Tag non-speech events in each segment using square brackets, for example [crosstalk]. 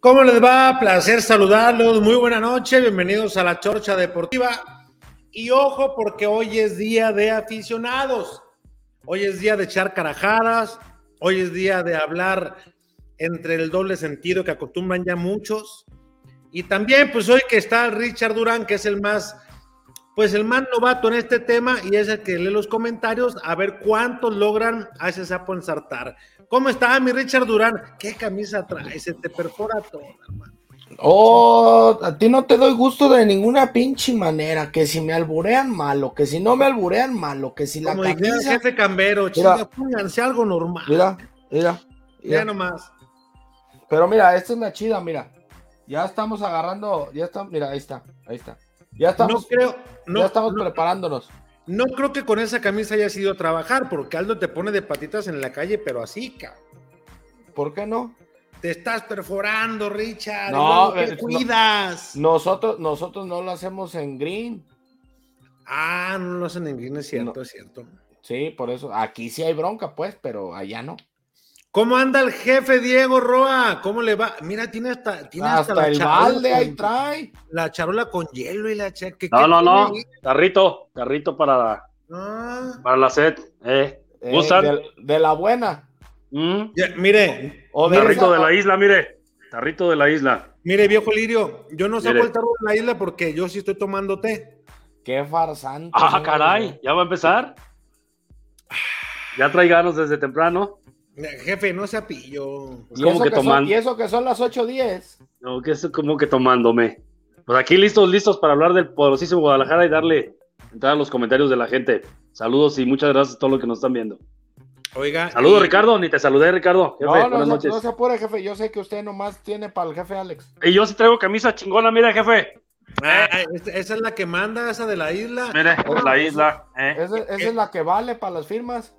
¿Cómo les va? Placer saludarlos. Muy buena noche. Bienvenidos a la Chorcha Deportiva. Y ojo, porque hoy es día de aficionados. Hoy es día de echar carajadas. Hoy es día de hablar entre el doble sentido que acostumbran ya muchos. Y también, pues hoy que está Richard Durán, que es el más, pues el más novato en este tema y es el que lee los comentarios a ver cuántos logran a ese sapo ensartar. ¿Cómo está mi Richard Durán? ¿Qué camisa trae? Se te perfora todo, hermano. Oh, a ti no te doy gusto de ninguna pinche manera. Que si me alburean malo, que si no me alburean malo, que si la Como dijera el camisa. jefe cambero, chinga, pónganse algo normal. Mira, mira, Ya mira. nomás. Pero mira, esta es la chida, mira. Ya estamos agarrando, ya está, mira, ahí está, ahí está. Ya No estamos, creo, ya no, estamos no- preparándonos. no creo que con esa camisa hayas ido a trabajar, porque Aldo te pone de patitas en la calle, pero así, cabrón. ¿Por qué no? Te estás perforando, Richard. No, No, te eh, no. cuidas. Nosotros, nosotros no lo hacemos en green. Ah, no lo hacen en inglés, es cierto, es cierto. Sí, por eso. Aquí sí hay bronca, pues, pero allá no. ¿Cómo anda el jefe Diego Roa? ¿Cómo le va? Mira, tiene hasta, tiene hasta, Hasta, la el charola balde con- ahí trae. La charola con hielo y la che- ¿qué- No, qué no, no. tiene ahí? Carrito, carrito para, Ah. para la sed. Eh. Eh, ¿Gustan? de, de la buena. Mm. Ya, mire, O de Tarrito esa- de la isla, mire. Tarrito de la isla. mire, viejo Lirio, yo no saco Mire. el tarro de la isla porque yo sí estoy tomando té. Qué farsante. Ah, señor. caray, ya va a empezar. Ya trae ganas desde temprano. Eh, Jefe, no sea pillo. Pues Y como eso que que son- tomando. y eso que son las 8.10. No, que es como que tomándome. Pues aquí listos, listos para hablar del poderosísimo Guadalajara y darle entrada a los comentarios de la gente. Saludos y muchas gracias a todos los que nos están viendo. Oiga. Saludos, y- Ricardo. Ni te saludé, Ricardo. Jefe, No, no, buenas no, noches. no se apure, jefe. Yo sé que usted nomás tiene para el jefe Alex. Y yo sí traigo camisa chingona, mira, jefe. Ah, esa- esa es la que manda, esa de la isla. Mire, la isla. eh. Esa, esa es la que vale para las firmas.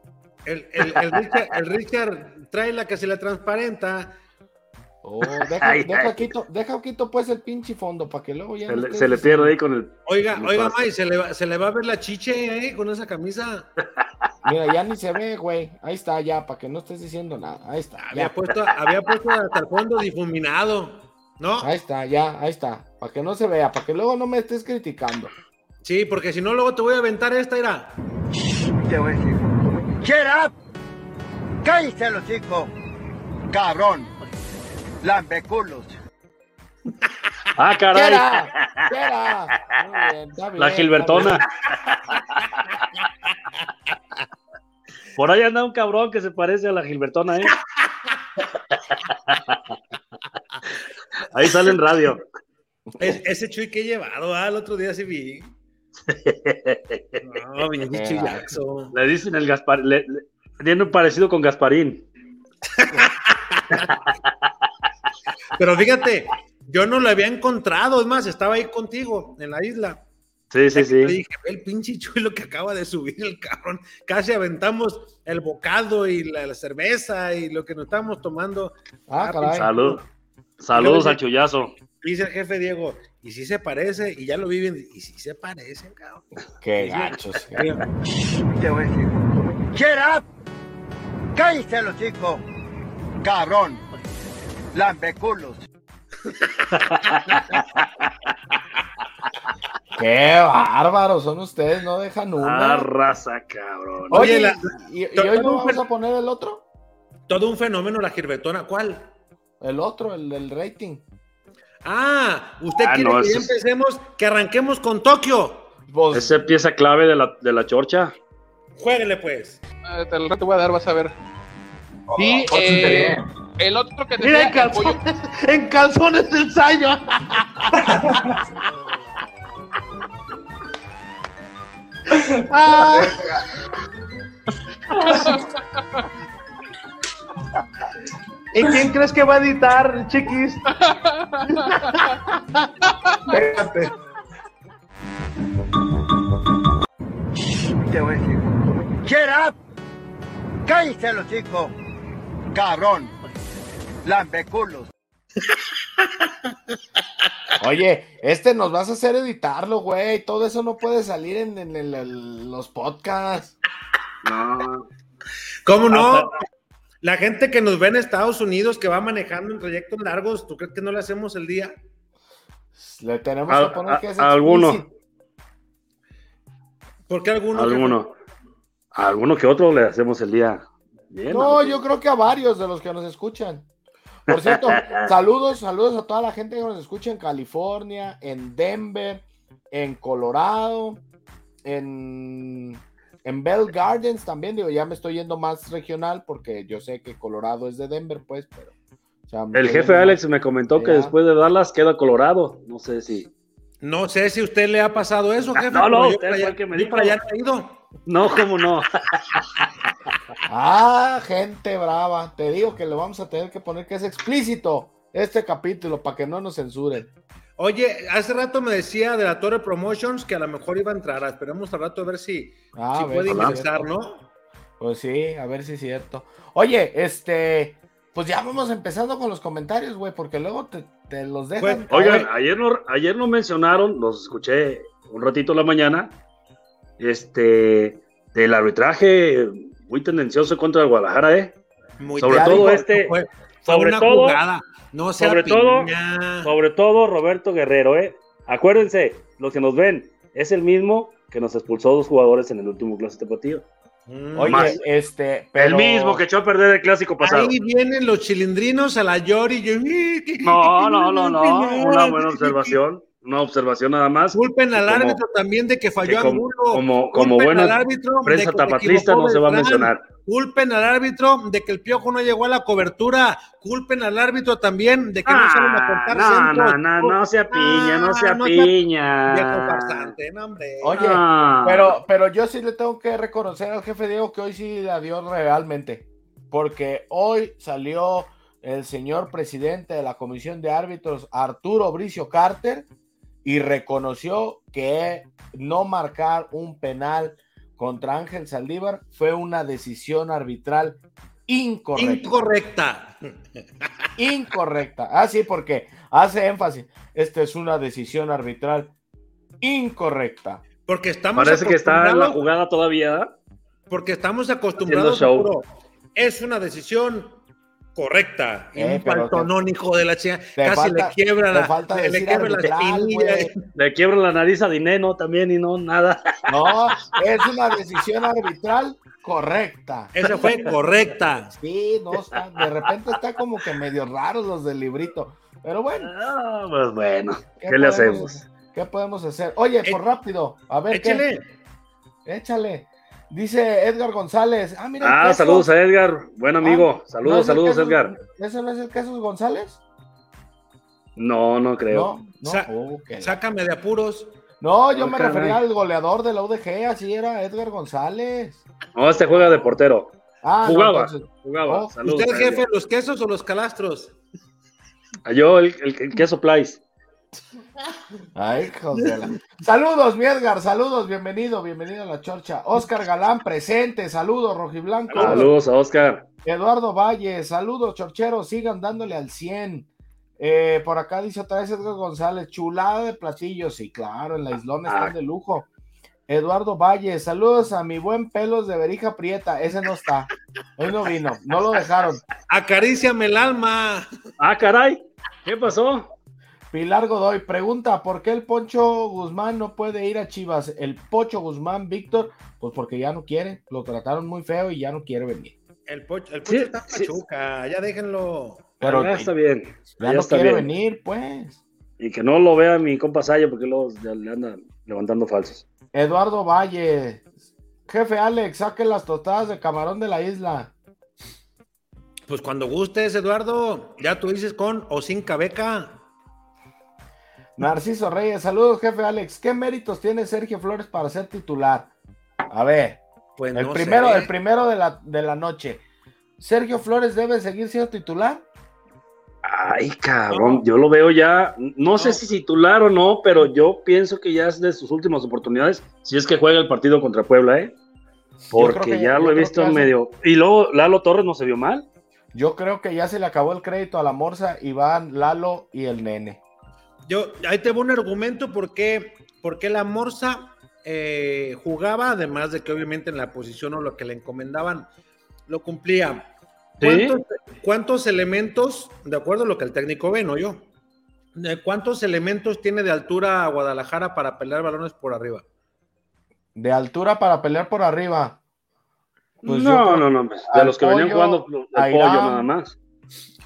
El, el- el Richard, el Richard trae la que se la transparenta. [laughs] Oh, deja, Ay, deja ay. quito, deja quito pues el pinche fondo para que luego ya. Se no le, estés se le diciendo- pierde ahí con el. Oiga, Me oiga, pasa. May, se le, va, se le va a ver la chiche eh, con esa camisa. Mira, ya ni se ve, güey. Ahí está, ya, para que no estés diciendo nada. Ahí está, Había ya. pues. puesto, había puesto hasta el fondo difuminado. ¿No? Ahí está, ya, ahí está. Para que no se vea, para que luego no me estés criticando. Sí, porque si no, luego te voy a aventar esta, era. Get up. Cállese el hocico. Cabrón. Lambeculos. ¡Ah, caray! ¡Quiera! [laughs] ¡Quiera! Muy bien, está bien, La está Gilbertona. Por ahí anda un cabrón que se parece a la Gilbertona, ¿eh? Ahí sale en radio. ese chuy que he llevado, ah, el otro día sí vi. No, bien Era. chuyazo. Le dicen el Gaspar. le- le- tiene un parecido con Gasparín. Pero fíjate, yo no lo había encontrado, es más, estaba ahí contigo en la isla. Sí, sí, Le sí. dije, ve el pinche chuy lo que acaba de subir el cabrón. Casi aventamos el bocado y la, la cerveza y lo que nos estábamos tomando. bien. Ah, caray. Salud. Saludos al chullazo. Dice el jefe Diego, y si se parece, y ya lo viven, y si se parecen, cabrón. Qué gachos. Te voy a decir. Get up. Cállese el hocico. Cabrón. Lambeculos. Qué bárbaros son ustedes, no dejan una. Ah, raza, cabrón. Oye, Oye, la- ¿y, y- y to- hoy todo no un vamos per- a poner el otro? Todo un fenómeno la girbetona, ¿cuál? El otro, el del rating. Ah, usted Ah, quiere no, que ya eso es- empecemos, que arranquemos con Tokio. Pues, Esa pieza clave de la, de la chorcha. Jueguele pues. Eh, te- el rato voy a dar, vas a ver. Y eh, el otro que Mira, en decía el pollo, En calzones del sayo. ¿Y quién crees que va a editar, chiquis? Espérate. Te voy a decir. Get up. Cállese los chicos. Cabrón. Lambeculos. Oye, este nos vas a hacer editarlo, güey. Todo eso no puede salir en, en el- el- los podcasts. No. ¿Cómo no? La gente que nos ve en Estados Unidos, que va manejando en trayectos largos, ¿tú crees que no le hacemos el día? Le tenemos Al- que poner que es a- alguno. explícito. ¿Por qué algunos? Alguno. Alguno que otro le hacemos el día. Bien, No, ¿no? yo creo que a varios de los que nos escuchan. Por cierto, [laughs] saludos, saludos a toda la gente que nos escucha en California, en Denver, en Colorado, en, en Bell Gardens también. Digo, ya me estoy yendo más regional porque yo sé que Colorado es de Denver, pues, pero. o sea, me El estoy jefe yendo Alex me comentó que Ya. después de Dallas queda Colorado. No sé si. No sé si a usted le ha pasado eso, jefe. Ah, No, no, como yo usted para fue allá- el que me yo dijo. para allá no he ido. No, cómo no. más- Ah, gente brava. Te digo que le vamos a tener que poner que es explícito este capítulo para que no nos censuren. Oye, hace rato me decía de la Torre Promotions que a lo mejor iba a entrar. Esperemos al rato a ver si, Ah, si a ver, puede sí, ingresar, cierto. ¿no? Pues sí, a ver si es cierto. Oye, este, pues ya vamos empezando con los comentarios, güey, porque luego te, te los Pues, dejan. Oigan, ayer no, ayer no mencionaron, los escuché un ratito en la mañana, este, del arbitraje muy tendencioso contra el Guadalajara, ¿eh? Muy Sobre tarde. todo este- Fue- fue sobre una todo- jugada. No sea sobre todo- piña. Sobre todo Roberto Guerrero, ¿eh? Acuérdense, los que nos ven, es el mismo que nos expulsó dos jugadores en el último clásico partido. Mm. Oye, más. este, pero- El mismo que echó a perder el clásico pasado. Ahí vienen los chilindrinos a la Yori. Yo, "Eh, [laughs] que- No, que- no, no, no, penal". una buena observación, una observación nada más. Disculpen al Y como- árbitro también de que falló que como- Angulo. como- como Culpen buena al árbitro de Prensa que se tapatista equivocó no se va a Beltrán. mencionar. Culpen al árbitro de que el piojo no llegó a la cobertura. Culpen al árbitro también de que no saben Ah, aportar No, no, centros. no, no sea piña, no sea Ah, no sea- Viejo piña. farsante, no, hombre. Oye, Ah. pero, pero yo sí le tengo que reconocer al jefe Diego que hoy sí la dio realmente, porque hoy salió el señor presidente de la comisión de árbitros, Arturo Bricio Carter, y reconoció que no marcar un penal contra Ángel Saldívar fue una decisión arbitral incorrecta. Incorrecta. Incorrecta. Ah, sí, porque hace énfasis. Esta es una decisión arbitral incorrecta. Porque estamos Parece que está en la acostumbrados- jugada todavía. ¿eh? ¿verdad? Porque estamos acostumbrados Haciendo Arturo. Es una decisión correcta. Y Eh, un pero faltonón, hijo de la chica. te Casi falta- le quiebra te la, falta le- le decir quiebra la arbitral, espinilla. güey. Le quiebran la nariz a Dineno también y no nada. No, es una decisión arbitral correcta. Esa fue correcta. Sí, no está. De repente está como que medio raros los del librito. Pero bueno, Ah, pues bueno, ¿qué, ¿qué le podemos- hacemos? ¿Qué podemos hacer? Oye, Eh, por rápido, a ver Échale. qué. Échale. Dice Edgar González. Ah, mira. el Ah, queso. saludos a Edgar, buen amigo. Ah, ¿no Saludos, es el saludos, Quesos- Edgar. ¿Ese no es el Quesos González? No, no creo. No, no. Sa- Oh, qué la- Sácame de apuros. No, yo me Ojalá. refería al goleador de la UDG, así era Edgar González. No, este juega de portero. Ah, no, Jugaba. entonces- Jugaba. Oh, saludos. ¿Usted, a jefe, Edgar. los quesos o los calastros? Ah, Yo, el, el, el queso Plais. Ay, hijos de la- [laughs] Saludos, mi Edgar, saludos, bienvenido, bienvenido a la chorcha. Oscar Galán, presente, saludos, Rojiblanco. Saludos a Oscar. Eduardo Valle, saludos, chorcheros, sigan dándole al 100. Eh, por acá dice otra vez Edgar González, chulada de platillos, sí, claro, en la islona están Ah. de lujo. Eduardo Valle, saludos a mi buen pelos de Berija Prieta, ese no está, él no vino, no lo dejaron. Acaríciame el alma. Ah, caray, ¿qué pasó? Pilar Godoy pregunta, ¿por qué el Poncho Guzmán no puede ir a Chivas? El Pocho Guzmán, Víctor, pues porque ya no quiere, lo trataron muy feo y ya no quiere venir. El pocho, el Sí, Pocho está en sí. Pachuca. Ya déjenlo. Pero Ah, ya, está bien. ya no está quiere bien. venir, pues. Y que no lo vea mi compa Sayo porque luego ya le anda levantando falsos. Eduardo Valle, jefe Alex, saque las tostadas de camarón de la isla. Pues cuando gustes, Eduardo. Ya tú dices con o sin cabeca. Narciso Reyes, saludos, jefe Alex. ¿Qué méritos tiene Sergio Flores para ser titular? A ver, Pues el no primero, sé. el primero de la, de la noche. ¿Sergio Flores debe seguir siendo titular? Ay, cabrón, yo lo veo ya, no sé si titular o no, pero yo pienso que ya es de sus últimas oportunidades, si es que juega el partido contra Puebla, ¿eh? Porque que- ya yo lo he creo visto que en hace- medio. Y luego Lalo Torres no se vio mal. Yo creo que ya se le acabó el crédito a la Morsa, Iván, Lalo y el nene. Yo, ahí te voy un argumento por qué, por qué la Morsa eh, jugaba, además de que obviamente en la posición o lo que le encomendaban lo cumplía. Sí. ¿Cuántos, cuántos elementos, de acuerdo a lo que el técnico ve, no yo? ¿De ¿Cuántos elementos tiene de altura Guadalajara para pelear balones por arriba? De altura para pelear por arriba. Pues yo no, creo- no, no, pues, De al los que venían Pollo, jugando el a pollo Irán. nada más.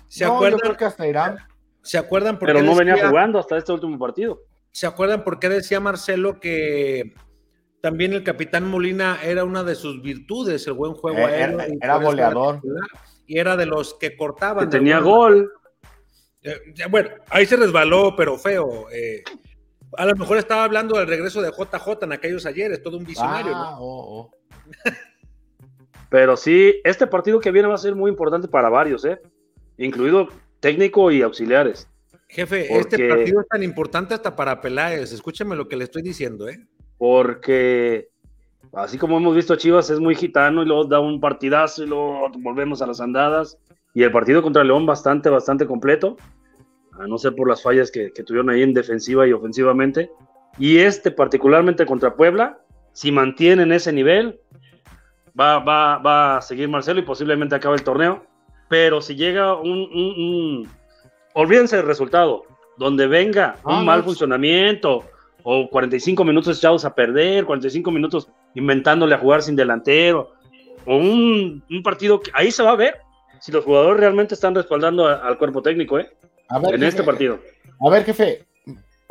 ¿Se No, yo acuerdan? creo que hasta Irán. ¿Se acuerdan por Pero qué no venía decía- jugando hasta este último partido. ¿Se acuerdan por qué decía Marcelo que también el capitán Molina era una de sus virtudes, el buen juego Eh, aéreo, era- y era por eso goleador. titular? Y era de los que cortaban. Que de tenía alguna- gol. Eh, ya, bueno, ahí se resbaló, pero feo. eh. a lo mejor estaba hablando del regreso de JJ en aquellos ayeres, todo un visionario. Ah, ¿no? oh, oh. Pero sí, este partido que viene va a ser muy importante para varios, ¿eh? Incluido técnico y auxiliares. Jefe, Porque- este partido es tan importante hasta para Peláez. Escúcheme lo que le estoy diciendo, ¿eh? Porque así como hemos visto a Chivas es muy gitano y luego da un partidazo y luego volvemos a las andadas. Y el partido contra León bastante, bastante completo. A no ser por las fallas que, que tuvieron ahí en defensiva y ofensivamente. Y este particularmente contra Puebla, si mantienen ese nivel, va, va, va a seguir Marcelo y posiblemente acabe el torneo. Pero si llega un... un- un- olvídense del resultado. Donde venga un Ah, no, mal pues- funcionamiento o 45 minutos echados a perder, 45 minutos inventándole a jugar sin delantero, o un, un partido que ahí se va a ver si los jugadores realmente están respaldando a- al cuerpo técnico, ¿eh? A ver, En este jefe, partido. A ver, jefe.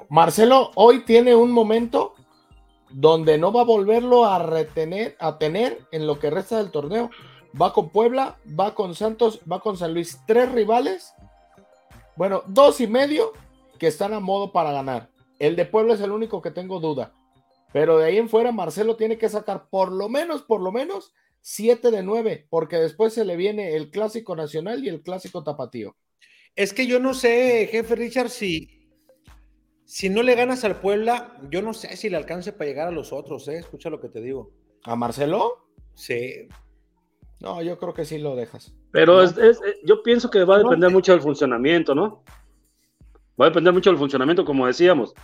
Marcelo hoy tiene un momento donde no va a volverlo a retener, a tener en lo que resta del torneo. Va con Puebla, va con Santos, va con San Luis. Tres rivales, bueno, dos y medio que están a modo para ganar. El de Puebla es el único que tengo duda. Pero de ahí en fuera, Marcelo tiene que sacar por lo menos, por lo menos, siete de nueve, porque después se le viene el clásico nacional y el clásico tapatío. Es que yo no sé, jefe Richard, si, si no le ganas al Puebla, yo no sé si le alcance para llegar a los otros, ¿eh? Escucha lo que te digo. ¿A Marcelo? Sí. No, yo creo que sí lo dejas. Pero No. es- es- eh, yo pienso que va a depender mucho del funcionamiento, ¿no? Va a depender mucho del funcionamiento, como decíamos.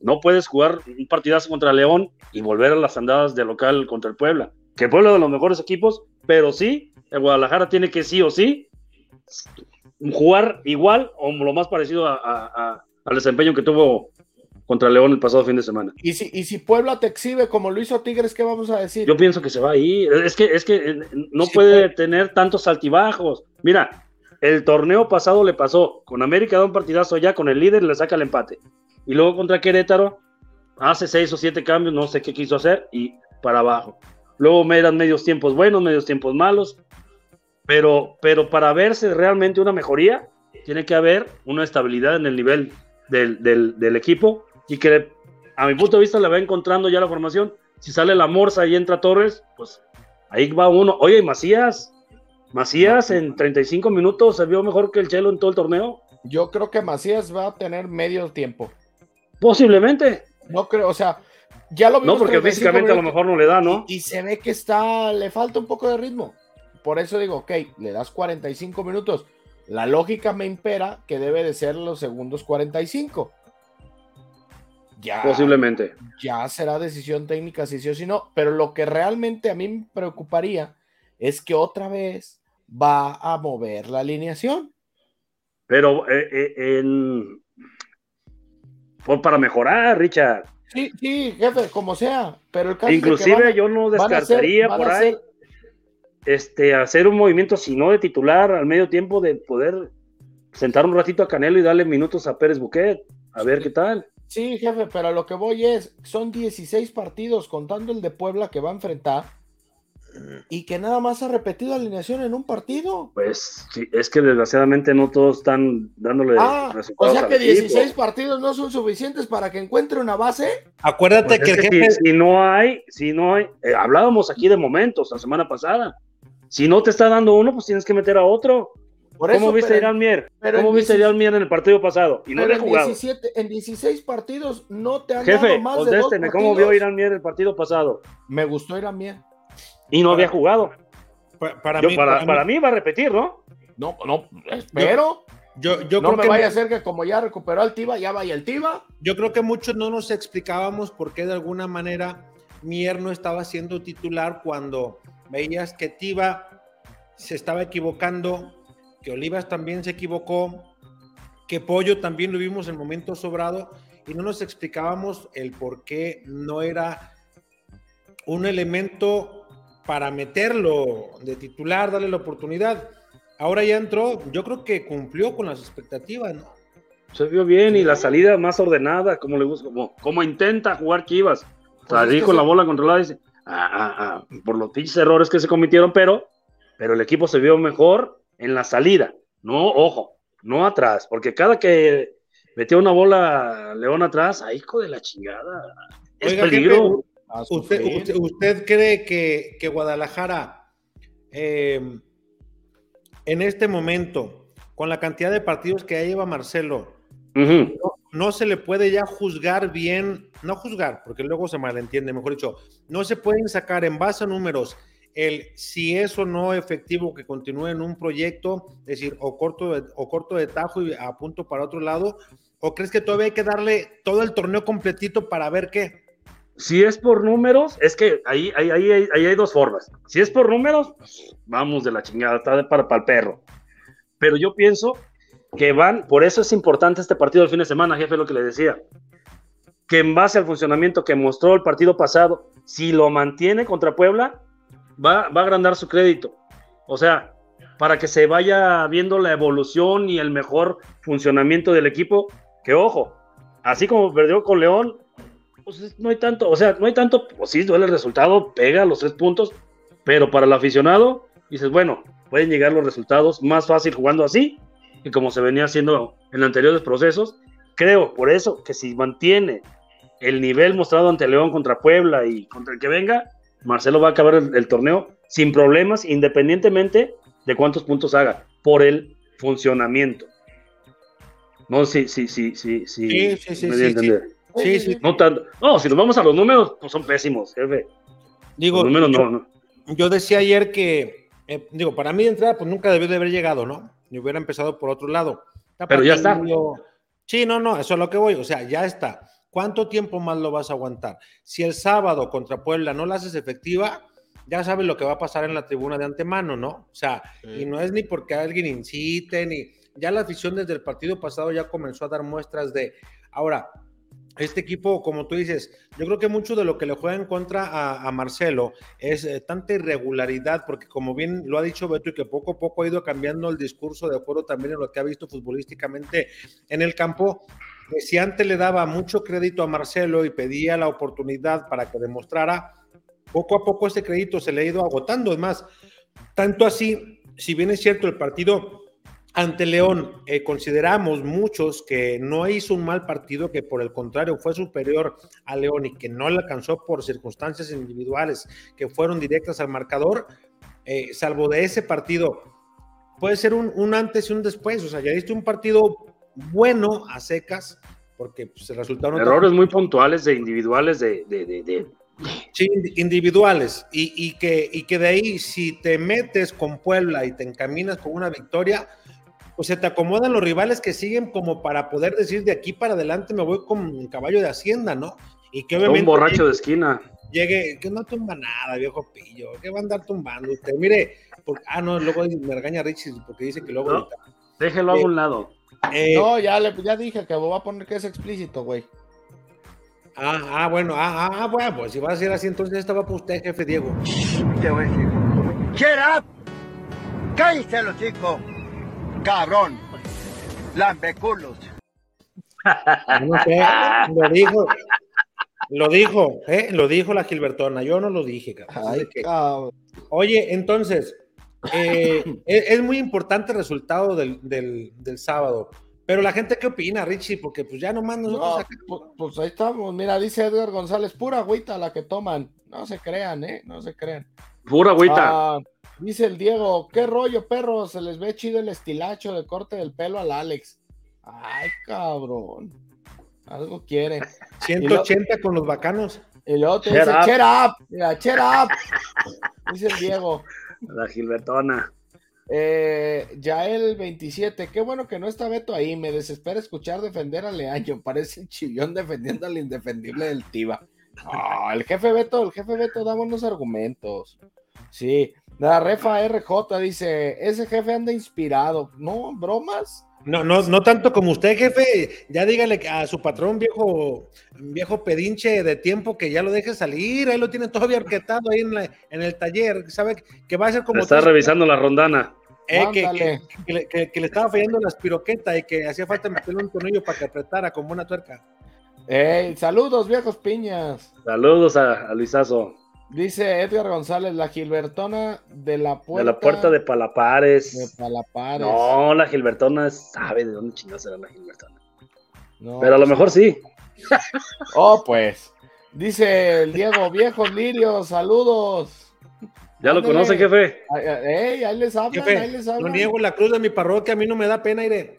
No puedes jugar un partidazo contra León y volver a las andadas de local contra el Puebla. Que el Puebla es de los mejores equipos, pero sí, el Guadalajara tiene que sí o sí jugar igual o lo más parecido a- a- a- al desempeño que tuvo contra León el pasado fin de semana. Y si, y si Puebla te exhibe como lo hizo Tigres, ¿qué vamos a decir? Yo pienso que se va a ir. Es que, es que eh, no Sí, puede tener tantos altibajos. Mira, el torneo pasado le pasó. Con América da un partidazo ya, con el líder le saca el empate. Y luego contra Querétaro hace seis o siete cambios, no sé qué quiso hacer, y para abajo. Luego me dan medios tiempos buenos, medios tiempos malos. Pero, pero para verse realmente una mejoría, tiene que haber una estabilidad en el nivel del, del- del equipo y que a mi punto de vista la va encontrando ya la formación. Si sale la Morsa y entra Torres, pues ahí va uno. Oye, Macías, Macías en 35 minutos se vio mejor que el Chelo en todo el torneo. Yo creo que Macías va a tener medio tiempo. Posiblemente. No creo, o sea, ya lo vimos. No, porque 35 físicamente a lo minutos mejor no le da, ¿no? Y, y se ve que está, le falta un poco de ritmo. Por eso digo, ok, le das 45 minutos. La lógica me impera que debe de ser los segundos 45. Ya. Posiblemente. ya será decisión técnica si sí o si no, pero lo que realmente a mí me preocuparía es que otra vez va a mover la alineación. Pero eh, eh, en... por- para mejorar, Richard. Sí, sí, jefe, como sea, pero el caso es de que Inclusive van a- yo no van a hacer- descartaría van a por ahí hacer- este, hacer un movimiento, si no de titular, al medio tiempo de poder sentar un ratito a Canelo y darle minutos a Pérez Buquet. A ver qué tal. Sí, jefe, pero a lo que voy es, son 16 partidos contando el de Puebla que va a enfrentar y que nada más ha repetido alineación en un partido. Pues sí, es que desgraciadamente no todos están dándole Ah, o Pues, resultados. sea al que equipo. 16 partidos no son suficientes para que encuentre una base. Acuérdate Pues que es el que jefe. si, si no hay, si no hay, eh, hablábamos aquí de momentos la semana pasada. Si no te está dando uno, pues tienes que meter a otro. Por ¿Cómo eso, viste a pero- Irán Mier? pero ¿Cómo en viste a 16 Irán Mier en el partido pasado? Y no Pero había en, jugado. 17, en 16 partidos no te han dado Jefe, más de dos contésteme, ¿cómo partidos. vio Irán Mier el partido pasado? Me gustó Irán Mier. Y no Para- había jugado. Pa- Para, Yo- mí, para, para para mí, mí va a repetir, ¿no? No, no, espero. yo, yo no creo me que vaya a hacer que como ya recuperó al Tiba, ya vaya el Tiba. Yo creo que muchos no nos explicábamos por qué de alguna manera Mier no estaba siendo titular cuando veías que Tiva se estaba equivocando, que Olivas también se equivocó, que Pollo también lo vimos en momento sobrado y no nos explicábamos el por qué no era un elemento para meterlo de titular, darle la oportunidad. Ahora ya entró, yo creo que cumplió con las expectativas, ¿no? Se vio bien y la salida más ordenada, como le gusta, como, como intenta jugar Kivas. Pues es Salí que con la se- bola controlada y dice, ah, ah, ah, por los pinches errores que se cometieron, pero, pero el equipo se vio mejor en la salida. No, ojo, no atrás, porque cada que metía una bola León atrás, ahí hijo de la chingada. Es Oiga, peligro. A ¿Usted, sufrir. usted, usted cree que, que Guadalajara, eh, en este momento, con la cantidad de partidos que ya lleva Marcelo, Ujú. no se le puede ya juzgar bien, no juzgar, porque luego se malentiende, mejor dicho, no se pueden sacar en base a números el si es o no efectivo que continúe en un proyecto, es decir, o corto de, o corto de tajo y a punto para otro lado, o crees que todavía hay que darle todo el torneo completito para ver qué. Si es por números, es que ahí, ahí, ahí, ahí- ahí hay dos formas. Si es por números, pues, vamos de la chingada, está de para, para el perro. Pero yo pienso que van, por eso es importante este partido del fin de semana, jefe, lo que le decía. Que en base al funcionamiento que mostró el partido pasado, si lo mantiene contra Puebla, va, va a agrandar su crédito. O sea, para que se vaya viendo la evolución y el mejor funcionamiento del equipo, que ojo, así como perdió con León, pues es- no hay tanto, o sea, no hay tanto, pues sí, duele el resultado, pega los tres puntos, pero para el aficionado, dices, bueno, pueden llegar los resultados más fácil jugando así que como se venía haciendo en anteriores procesos. Creo, por eso, que si mantiene el nivel mostrado ante León contra Puebla y contra el que venga, Marcelo va a acabar el, el torneo sin problemas, independientemente de cuántos puntos haga, por el funcionamiento. No, sí, sí, sí, sí, sí. Sí, sí, sí, me di a sí, sí. entender. Sí, sí, No tanto. No, si nos vamos a los números, pues son pésimos, jefe. digo, los números no, no. yo decía ayer que, eh, digo, para mí de entrada, pues nunca debió de haber llegado, ¿no? Ni hubiera empezado por otro lado. Pero ya está. Tapatío- Sí, no, no, eso es lo que voy. O sea, ya está. ¿Cuánto tiempo más lo vas a aguantar? Si el sábado contra Puebla no la haces efectiva, ya sabes lo que va a pasar en la tribuna de antemano, ¿no? O sea, y no es ni porque alguien incite, ni. Ya la afición desde el partido pasado ya comenzó a dar muestras de. Ahora, este equipo, como tú dices, yo creo que mucho de lo que le juega en contra a, a Marcelo es eh, tanta irregularidad, porque como bien lo ha dicho Beto y que poco a poco ha ido cambiando el discurso de acuerdo también en lo que ha visto futbolísticamente en el campo, que si antes le daba mucho crédito a Marcelo y pedía la oportunidad para que demostrara, poco a poco ese crédito se le ha ido agotando. Es más, tanto así, si bien es cierto el partido ante León, eh, consideramos muchos que no hizo un mal partido, que por el contrario fue superior a León y que no le alcanzó por circunstancias individuales que fueron directas al marcador, eh, salvo de ese partido, puede ser un, un antes y un después. O sea, ya diste un partido bueno a secas, porque pues, el resultado no te Errores muy puntuales de individuales de, de, de- de- Sí, indi- individuales. Y, y que, y que de ahí, si te metes con Puebla y te encaminas con una victoria, pues se te acomodan los rivales que siguen como para poder decir de aquí para adelante me voy con un caballo de hacienda, ¿no? Y que obviamente un borracho de esquina. llegue, que no tumba nada, viejo pillo, que va a andar tumbando usted. Mire, por- ah, no, luego me regaña Richie porque dice que luego... No. ahorita. Déjelo a un lado. Eh, No, ya, le, ya dije que voy a poner que es explícito, güey. ah, ah, bueno, ah, ah, ah, bueno, pues si va a ser así, entonces esta va para usted, jefe Diego. Te voy a decir. Get up. Cállense los chicos. Cabrón. Lambeculos. Ah, No sé, lo dijo. Lo dijo, ¿eh? lo dijo la Gilbertona, yo no lo dije. cabrón. Así Ay, que- cabrón. Oye, entonces, eh, [laughs] es, es muy importante el resultado del, del- del sábado, pero la gente, ¿qué opina, Richie? Porque pues ya nomás nosotros No, acá- pues, pues ahí estamos. Mira, dice Edgar González, pura agüita la que toman. No se crean, ¿eh? No se crean. Pura agüita. Ah, Dice el Diego, qué rollo, perro, se les ve chido el estilacho de corte del pelo al Alex. Ay, cabrón. Algo quiere. 180 con los bacanos. Y luego te Cheer dice, up. cheer up, mira, cheer up. Dice el Diego. La Gilbertona. Eh, Yael 27, qué bueno que no está Beto ahí, me desespera escuchar defender a Leaño, [laughs] parece el chillón defendiendo al indefendible del Tiba. Ah, el jefe Beto, el jefe Beto da buenos argumentos. Sí, la refa RJ dice, ese jefe anda inspirado. No, bromas. No, no, no tanto como usted, jefe. Ya dígale a su patrón, viejo, viejo pedinche de tiempo, que ya lo deje salir. Ahí lo tiene todavía arquetado ahí en, la- en el taller. Sabe que va a ser como. Está tú- revisando la rondana. eh, que, Ándale. que- que le- que- que le estaba fallando las piroquetas y que hacía falta meterle un tornillo para que apretara con buena tuerca. Ey, saludos, viejos piñas. Saludos a, a Luisazo. Dice Edgar González, la Gilbertona de la De puerta. la puerta de de Palapares. Palapares. No, la Gilbertona sabe de dónde chingada será la Gilbertona. No, pues, Pero a lo mejor sí. Oh, pues. Dice el Diego, viejos lirios, saludos. Ya lo Ándale. conoce, jefe. Ay, ay, ey, ahí les hablan, Jefe, ahí les no hablan. niego la cruz de mi parroquia, a mí no me da pena, iré.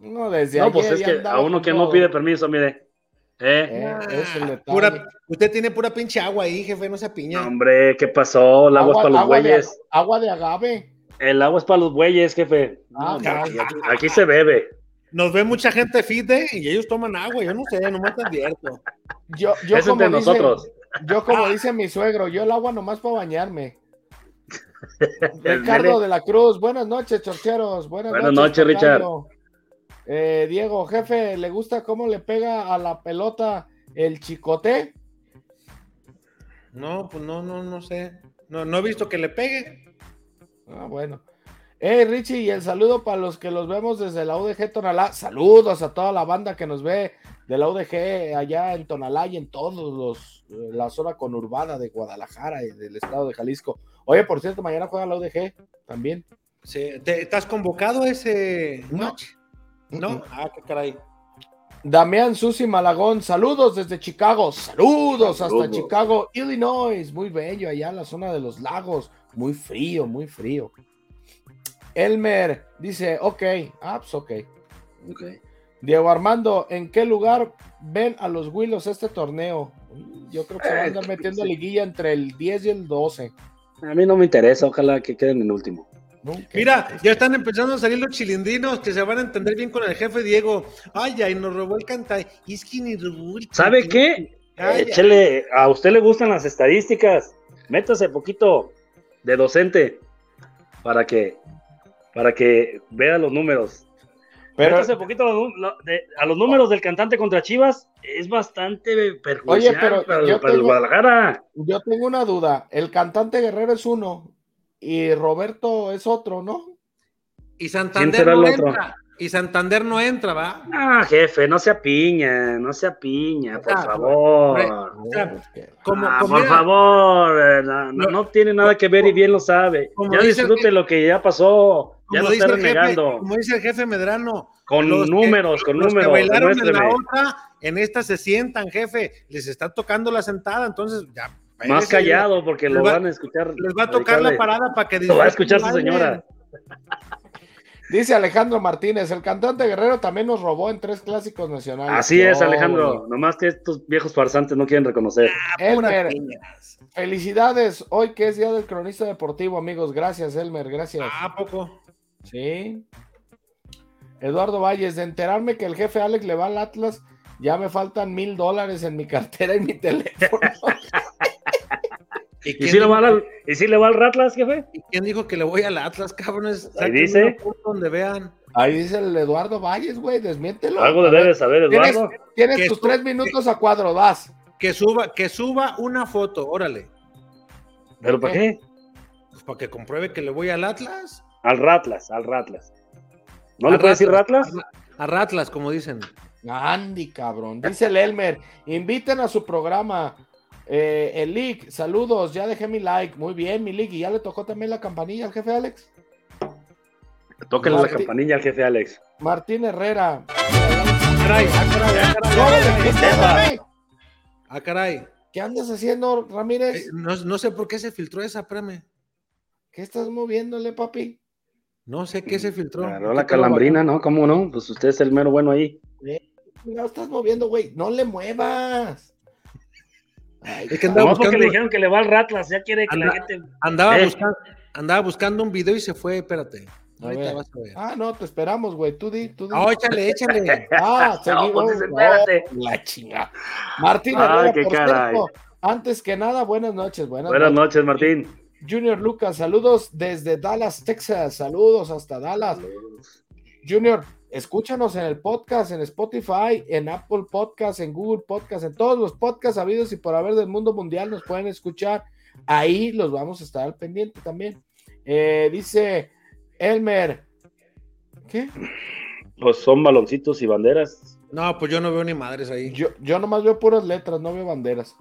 No, desde No, pues ayer es ya que andaba a uno con que todo. no pide permiso, mire. Eh, Eh, es el detalle. Pura- usted tiene pura pinche agua ahí, jefe, no se apiña. no, hombre, ¿qué pasó? El agua, es para los agua de, bueyes. agua de agave. El agua es para los bueyes, jefe. Ah, No, caray. aquí, aquí se bebe. Nos ve mucha gente fit, ¿eh? Y ellos toman agua, yo no sé, nomás te advierto. Yo, yo es como entre dice, nosotros. Yo como dice mi suegro, yo el agua nomás para bañarme. El Ricardo nene. de la Cruz, buenas noches, chorcheros. Buenas, Buenas noches, noches, Richard. Ricardo. Eh, Diego, jefe, ¿le gusta cómo le pega a la pelota el chicote? No, pues no, no, no sé. No, no he visto que le pegue. Ah, bueno. Hey, Richie, y el saludo para los que los vemos desde la UDG Tonalá. Saludos a toda la banda que nos ve de la UDG allá en Tonalá y en todos los eh, la zona conurbada de Guadalajara y del estado de Jalisco. Oye, por cierto, mañana juega la UDG también. Sí, ¿te- ¿Estás convocado a ese No. match? No. Ah, qué caray. Damián Susi Malagón, saludos desde Chicago, saludos hasta Saludos. Chicago, Illinois, muy bello allá en la zona de los lagos, muy frío, muy frío. Elmer dice, ok, ah, pues ok. Ok. Diego Armando, ¿en qué lugar ven a los Willows este torneo? Yo creo que se van a Eh, andar metiendo liguilla entre el 10 y el 12. A mí no me interesa, ojalá que queden en último. Nunca. Mira, ya están empezando a salir los chilindinos que se van a entender bien con el jefe Diego. Ay, ay, nos robó el canta. Es que ni robó el ¿Sabe cantai. qué? Eh, Ay, ay. Échele, a usted le gustan las estadísticas. Métase poquito de docente para que para que vea los números. Pero, Métase poquito a los, nu- la- de- a los números del cantante contra Chivas. Es bastante perjudicial Oye, pero para, yo para el tengo- Guadalajara. yo tengo una duda. El cantante Guerrero es uno y Roberto es otro, ¿no? Y ¿Quién será Santander no el otro? entra. Y Santander no entra, ¿va? Ah, jefe, no sea piña, no sea piña, por Ah, favor. hombre. O sea, Como, Ah, como por era- favor, eh, no, no- No. no tiene nada que ver y bien lo sabe. Como Ya dice el disfrute jefe- lo que ya pasó, ya como lo dice está el jefe- renegando. como dice el jefe Medrano, Con Los que- números, con Los que números, bailaron en demuéstreme. la otra, en esta se sientan, jefe. Les está tocando la sentada, entonces ya. Más espérese, callado porque les lo va- van a escuchar. Les va a tocar la dedicarle- parada para que Lo va a disfruten escuchar y su bailen. señora. Dice Alejandro Martínez, el cantante Guerrero también nos robó en tres clásicos nacionales. Así es, No, Alejandro. güey. Nomás que estos viejos farsantes no quieren reconocer. Puras Elmer, piñas. felicidades. Hoy que es Día del Cronista Deportivo, amigos. Gracias, Elmer. Gracias. Ah, ¿a poco. Sí. Eduardo Valles, de enterarme que el jefe Alex le va al Atlas, ya me faltan mil dólares en mi cartera y mi [laughs] teléfono. ¿Y si, le va al, ¿Y si le va al Ratlas, jefe? ¿Y quién dijo que le voy al Atlas, cabrones? Sáquenme dice. una foto Donde vean. Ahí dice el Eduardo Valles, güey, desmiéntelo. Algo le debe saber, ¿Tienes- Eduardo. Tienes Que tus tú- tres minutos a cuadro, vas. Que suba, que suba una foto, órale. ¿Pero para qué? Pues para que compruebe que le voy al Atlas. Al Ratlas, al Ratlas. ¿No Al le puede decir Ratlas? A Ratlas, como dicen. Andy, cabrón. Dice el Elmer, inviten a su programa. Eh, el Lick, saludos, ya dejé mi like. Muy bien, mi Lick. ¿Y ya le tocó también la campanilla al jefe Alex? Tóquenle la Martín- campanilla al jefe Alex. Martín Herrera. Caray, ah, caray, ah, caray, ah, ¡Órale, caray, ¿qué pedo, güey? ah, caray. ¿Qué andas haciendo, Ramírez? Eh, No, no sé por qué se filtró esa, espérame. ¿Qué estás moviéndole, papi? No sé qué se filtró. Agarró la calambrina, ¿no? ¿Cómo no? Pues usted es el mero bueno ahí. No estás moviendo, güey. No le muevas. Ay, Es que cabrón. Andaba No, porque buscando- le dijeron que le va al Ratlas, ya quiere que la Anda- gente. Andaba, Eh. buscando, andaba buscando un video y se fue, espérate. A Ahorita ver. vas a ver. Ah, no, te esperamos, güey. Tú di, tú di. No, échale, échale. Ah, [laughs] No, seguimos. pues, espérate. No, la chinga. Martín, Ah, Herrera, qué por caray. cierto, antes que nada, buenas noches, buenas, Buenas noches. noches, Martín. Junior Lucas, saludos desde Dallas, Texas. Saludos hasta Dallas. Junior, escúchanos en el podcast, en Spotify, en Apple Podcast, en Google Podcast, en todos los podcasts habidos y por haber del mundo mundial nos pueden escuchar. Ahí los vamos a estar al pendiente también. Eh, dice Elmer, ¿qué? Pues son baloncitos y banderas. No, pues yo no veo ni madres ahí. Yo, yo nomás veo puras letras, no veo banderas.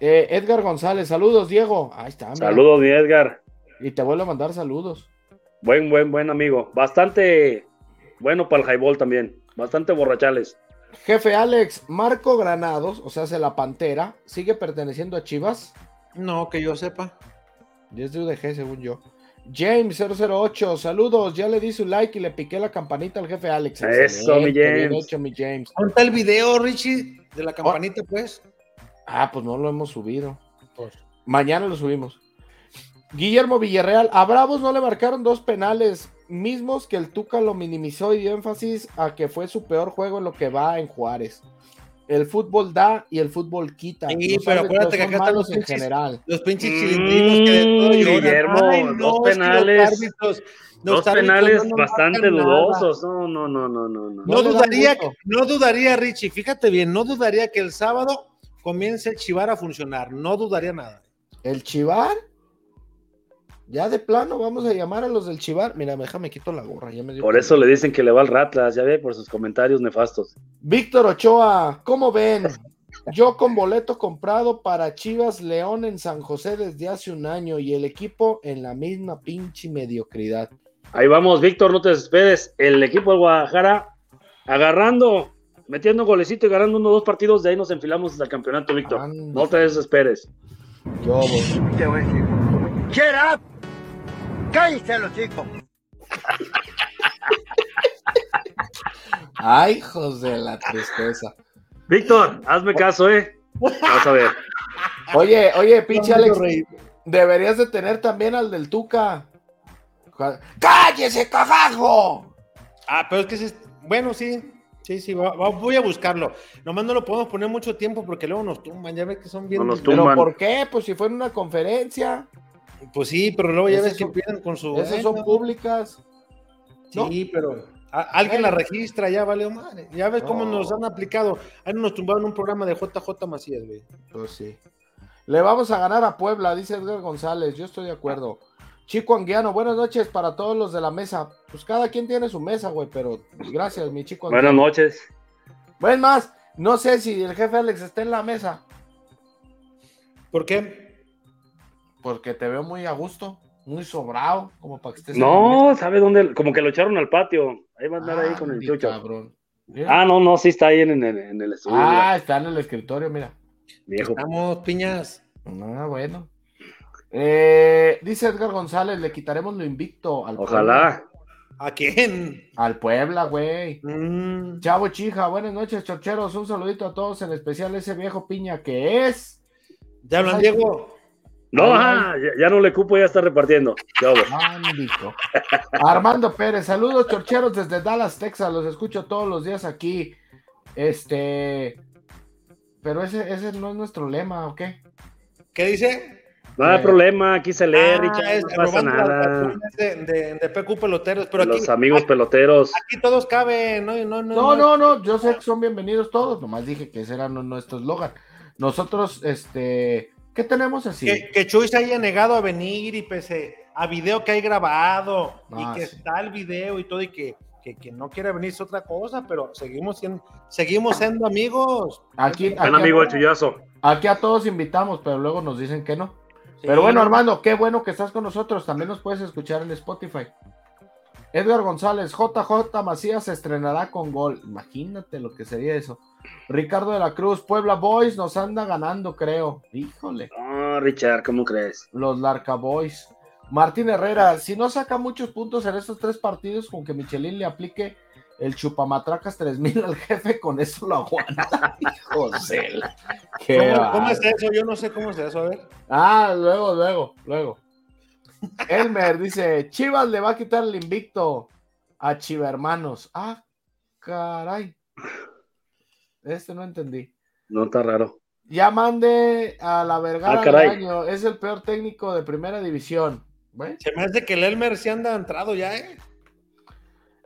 Eh, Edgar González, saludos, Diego. Ahí está. mira. Saludos, mi Edgar. Y te vuelvo a mandar saludos. Buen, buen, buen amigo. Bastante bueno para el highball también. Bastante borrachales. Jefe Alex, Marco Granados, o sea, hace la pantera, sigue perteneciendo a Chivas. No, que yo sepa. Y es de UDG, según yo. James 008, saludos. Ya le di su like y le piqué la campanita al jefe Alex. Eso, mi Excelente, bien James. hecho, mi James. Ponte el video, Richie, de la campanita, pues. Ah, pues no lo hemos subido. Pues. Mañana lo subimos. Guillermo Villarreal, a Bravos no le marcaron dos penales, mismos que el Tuca lo minimizó y dio énfasis a que fue su peor juego en lo que va en Juárez. El fútbol da y el fútbol quita. Sí, Los pero acuérdate árbitros que son acá están malos los en pinches- general. Los pinches chilindrinos que de todo Mm, lloran. Guillermo, dos es que penales. los árbitros- los Dos árbitros penales no nos bastante marcan nada. dudosos. No, no, no, no, no. no. No, No le dan dudaría, gusto. no dudaría, Richie, fíjate bien, no dudaría que el sábado comience el Chivar a funcionar, no dudaría nada. El Chivar. Ya de plano vamos a llamar a los del Chivar. Mira, déjame quito la gorra. Ya me dio Por eso le dicen que le va al Ratlas, ya ve, por sus comentarios nefastos. Víctor Ochoa, ¿cómo ven? Yo con boleto comprado para Chivas León en San José desde hace un año y el equipo en la misma pinche mediocridad. Ahí vamos, Víctor, no te desesperes. El equipo de Guadalajara agarrando, metiendo golecito y ganando uno o dos partidos. De ahí nos enfilamos hasta el campeonato, Víctor. Ande. No te desesperes. Yo, voy. Te voy a decir. Shut up. Cállense los chicos. ay, hijos de la tristeza. Víctor, hazme caso, ¿eh? Vas [laughs] a ver. Oye, oye, pinche No me Alex, quiero reír. deberías de tener también al del Tuca. Ja- ¡Cállese, cagajo! Ah, pero es que se- bueno, sí, sí, sí, va- va- voy a buscarlo. Nomás no lo podemos poner mucho tiempo porque luego nos tumban, ya ves que son bien. No nos ¿Pero Tumban. por qué? Pues si fue en una conferencia, Pues sí, pero luego ya Esas ves que son- empiezan con su. bueno, esas son públicas. ¿no? Sí, pero a- alguien la registra, ya valió madre. Ya ves cómo No. nos han aplicado. Ahí nos tumbaron un programa de JJ Macías, güey. Pues sí. Le vamos a ganar a Puebla, dice Edgar González. Yo estoy de acuerdo. Chico Anguiano, buenas noches para todos los de la mesa. Pues cada quien tiene su mesa, güey, pero gracias, mi chico. Buenas Anguiano. noches. Buen más, no sé si el jefe Alex está en la mesa, ¿Por qué? porque te veo muy a gusto, muy sobrado, como para que estés. en la mesa. No, ¿sabe dónde? Como que lo echaron al patio. Ahí va a andar ahí con el Ande, chucho. cabrón. Mira. Ah, no, no, sí está ahí en, en- en el estudio. Ah, está en el escritorio, mira. mira, viejo. Estamos, piñas. Ah, bueno. Eh, dice Edgar González, le quitaremos lo invicto al Puebla. Ojalá. ¿A quién? Al Puebla, güey. Mm, Chavo Chija, buenas noches, chorcheros. Un saludito a todos, en especial a ese viejo piña que es. ya hablan, Diego. No, ajá, ya, ya no le cupo, ya está repartiendo. Ya, güey. Mándico. Armando Pérez, saludos, chorcheros, desde Dallas, Texas. Los escucho todos los días aquí. Este. Pero ese, ese no es nuestro lema, ¿o qué? ¿Qué dice? No hay Eh. problema, aquí se lee, Richard, Ah, es no pasa robando las nada. canciones de, de, de PQ Peloteros, pero aquí, Los amigos peloteros. [laughs] aquí todos caben, no, no, no. No, no, no, yo sé que son bienvenidos todos. Nomás dije que ese era nu- nuestro eslogan. Nosotros, este. ¿Qué tenemos así? Que, que Chuy se haya negado a venir y pese a video que hay grabado Ah, y que sí. está el video y todo y que, que, que no quiera venir es otra cosa, pero seguimos siendo, seguimos siendo amigos. Aquí, Buen aquí- amigo el chullazo. aquí a todos invitamos, pero luego nos dicen que no. Pero bueno, hermano Armando, qué bueno que estás con nosotros. También nos puedes escuchar en Spotify. Edgar González, JJ Macías se estrenará con gol. Imagínate lo que sería eso. Ricardo de la Cruz, Puebla Boys nos anda ganando, creo. Híjole, No, Richard, ¿cómo crees? los Larca Boys. Martín Herrera, si no saca muchos puntos en estos tres partidos, con que Michelin le aplique el chupamatracas 3000 al jefe, con eso lo aguanta. [laughs] José. eh, ¿Cómo, cómo es eso? Yo no sé cómo es eso, a ver. Ah, luego, luego, luego. Elmer dice: Chivas le va a quitar el invicto a Chivermanos. Ah, caray. Este no entendí. No está raro. Ya mande a la vergada Ah, caray. del año. Es el peor técnico de primera división. Bueno. Se me hace que el Elmer se anda entrado ya, ¿eh?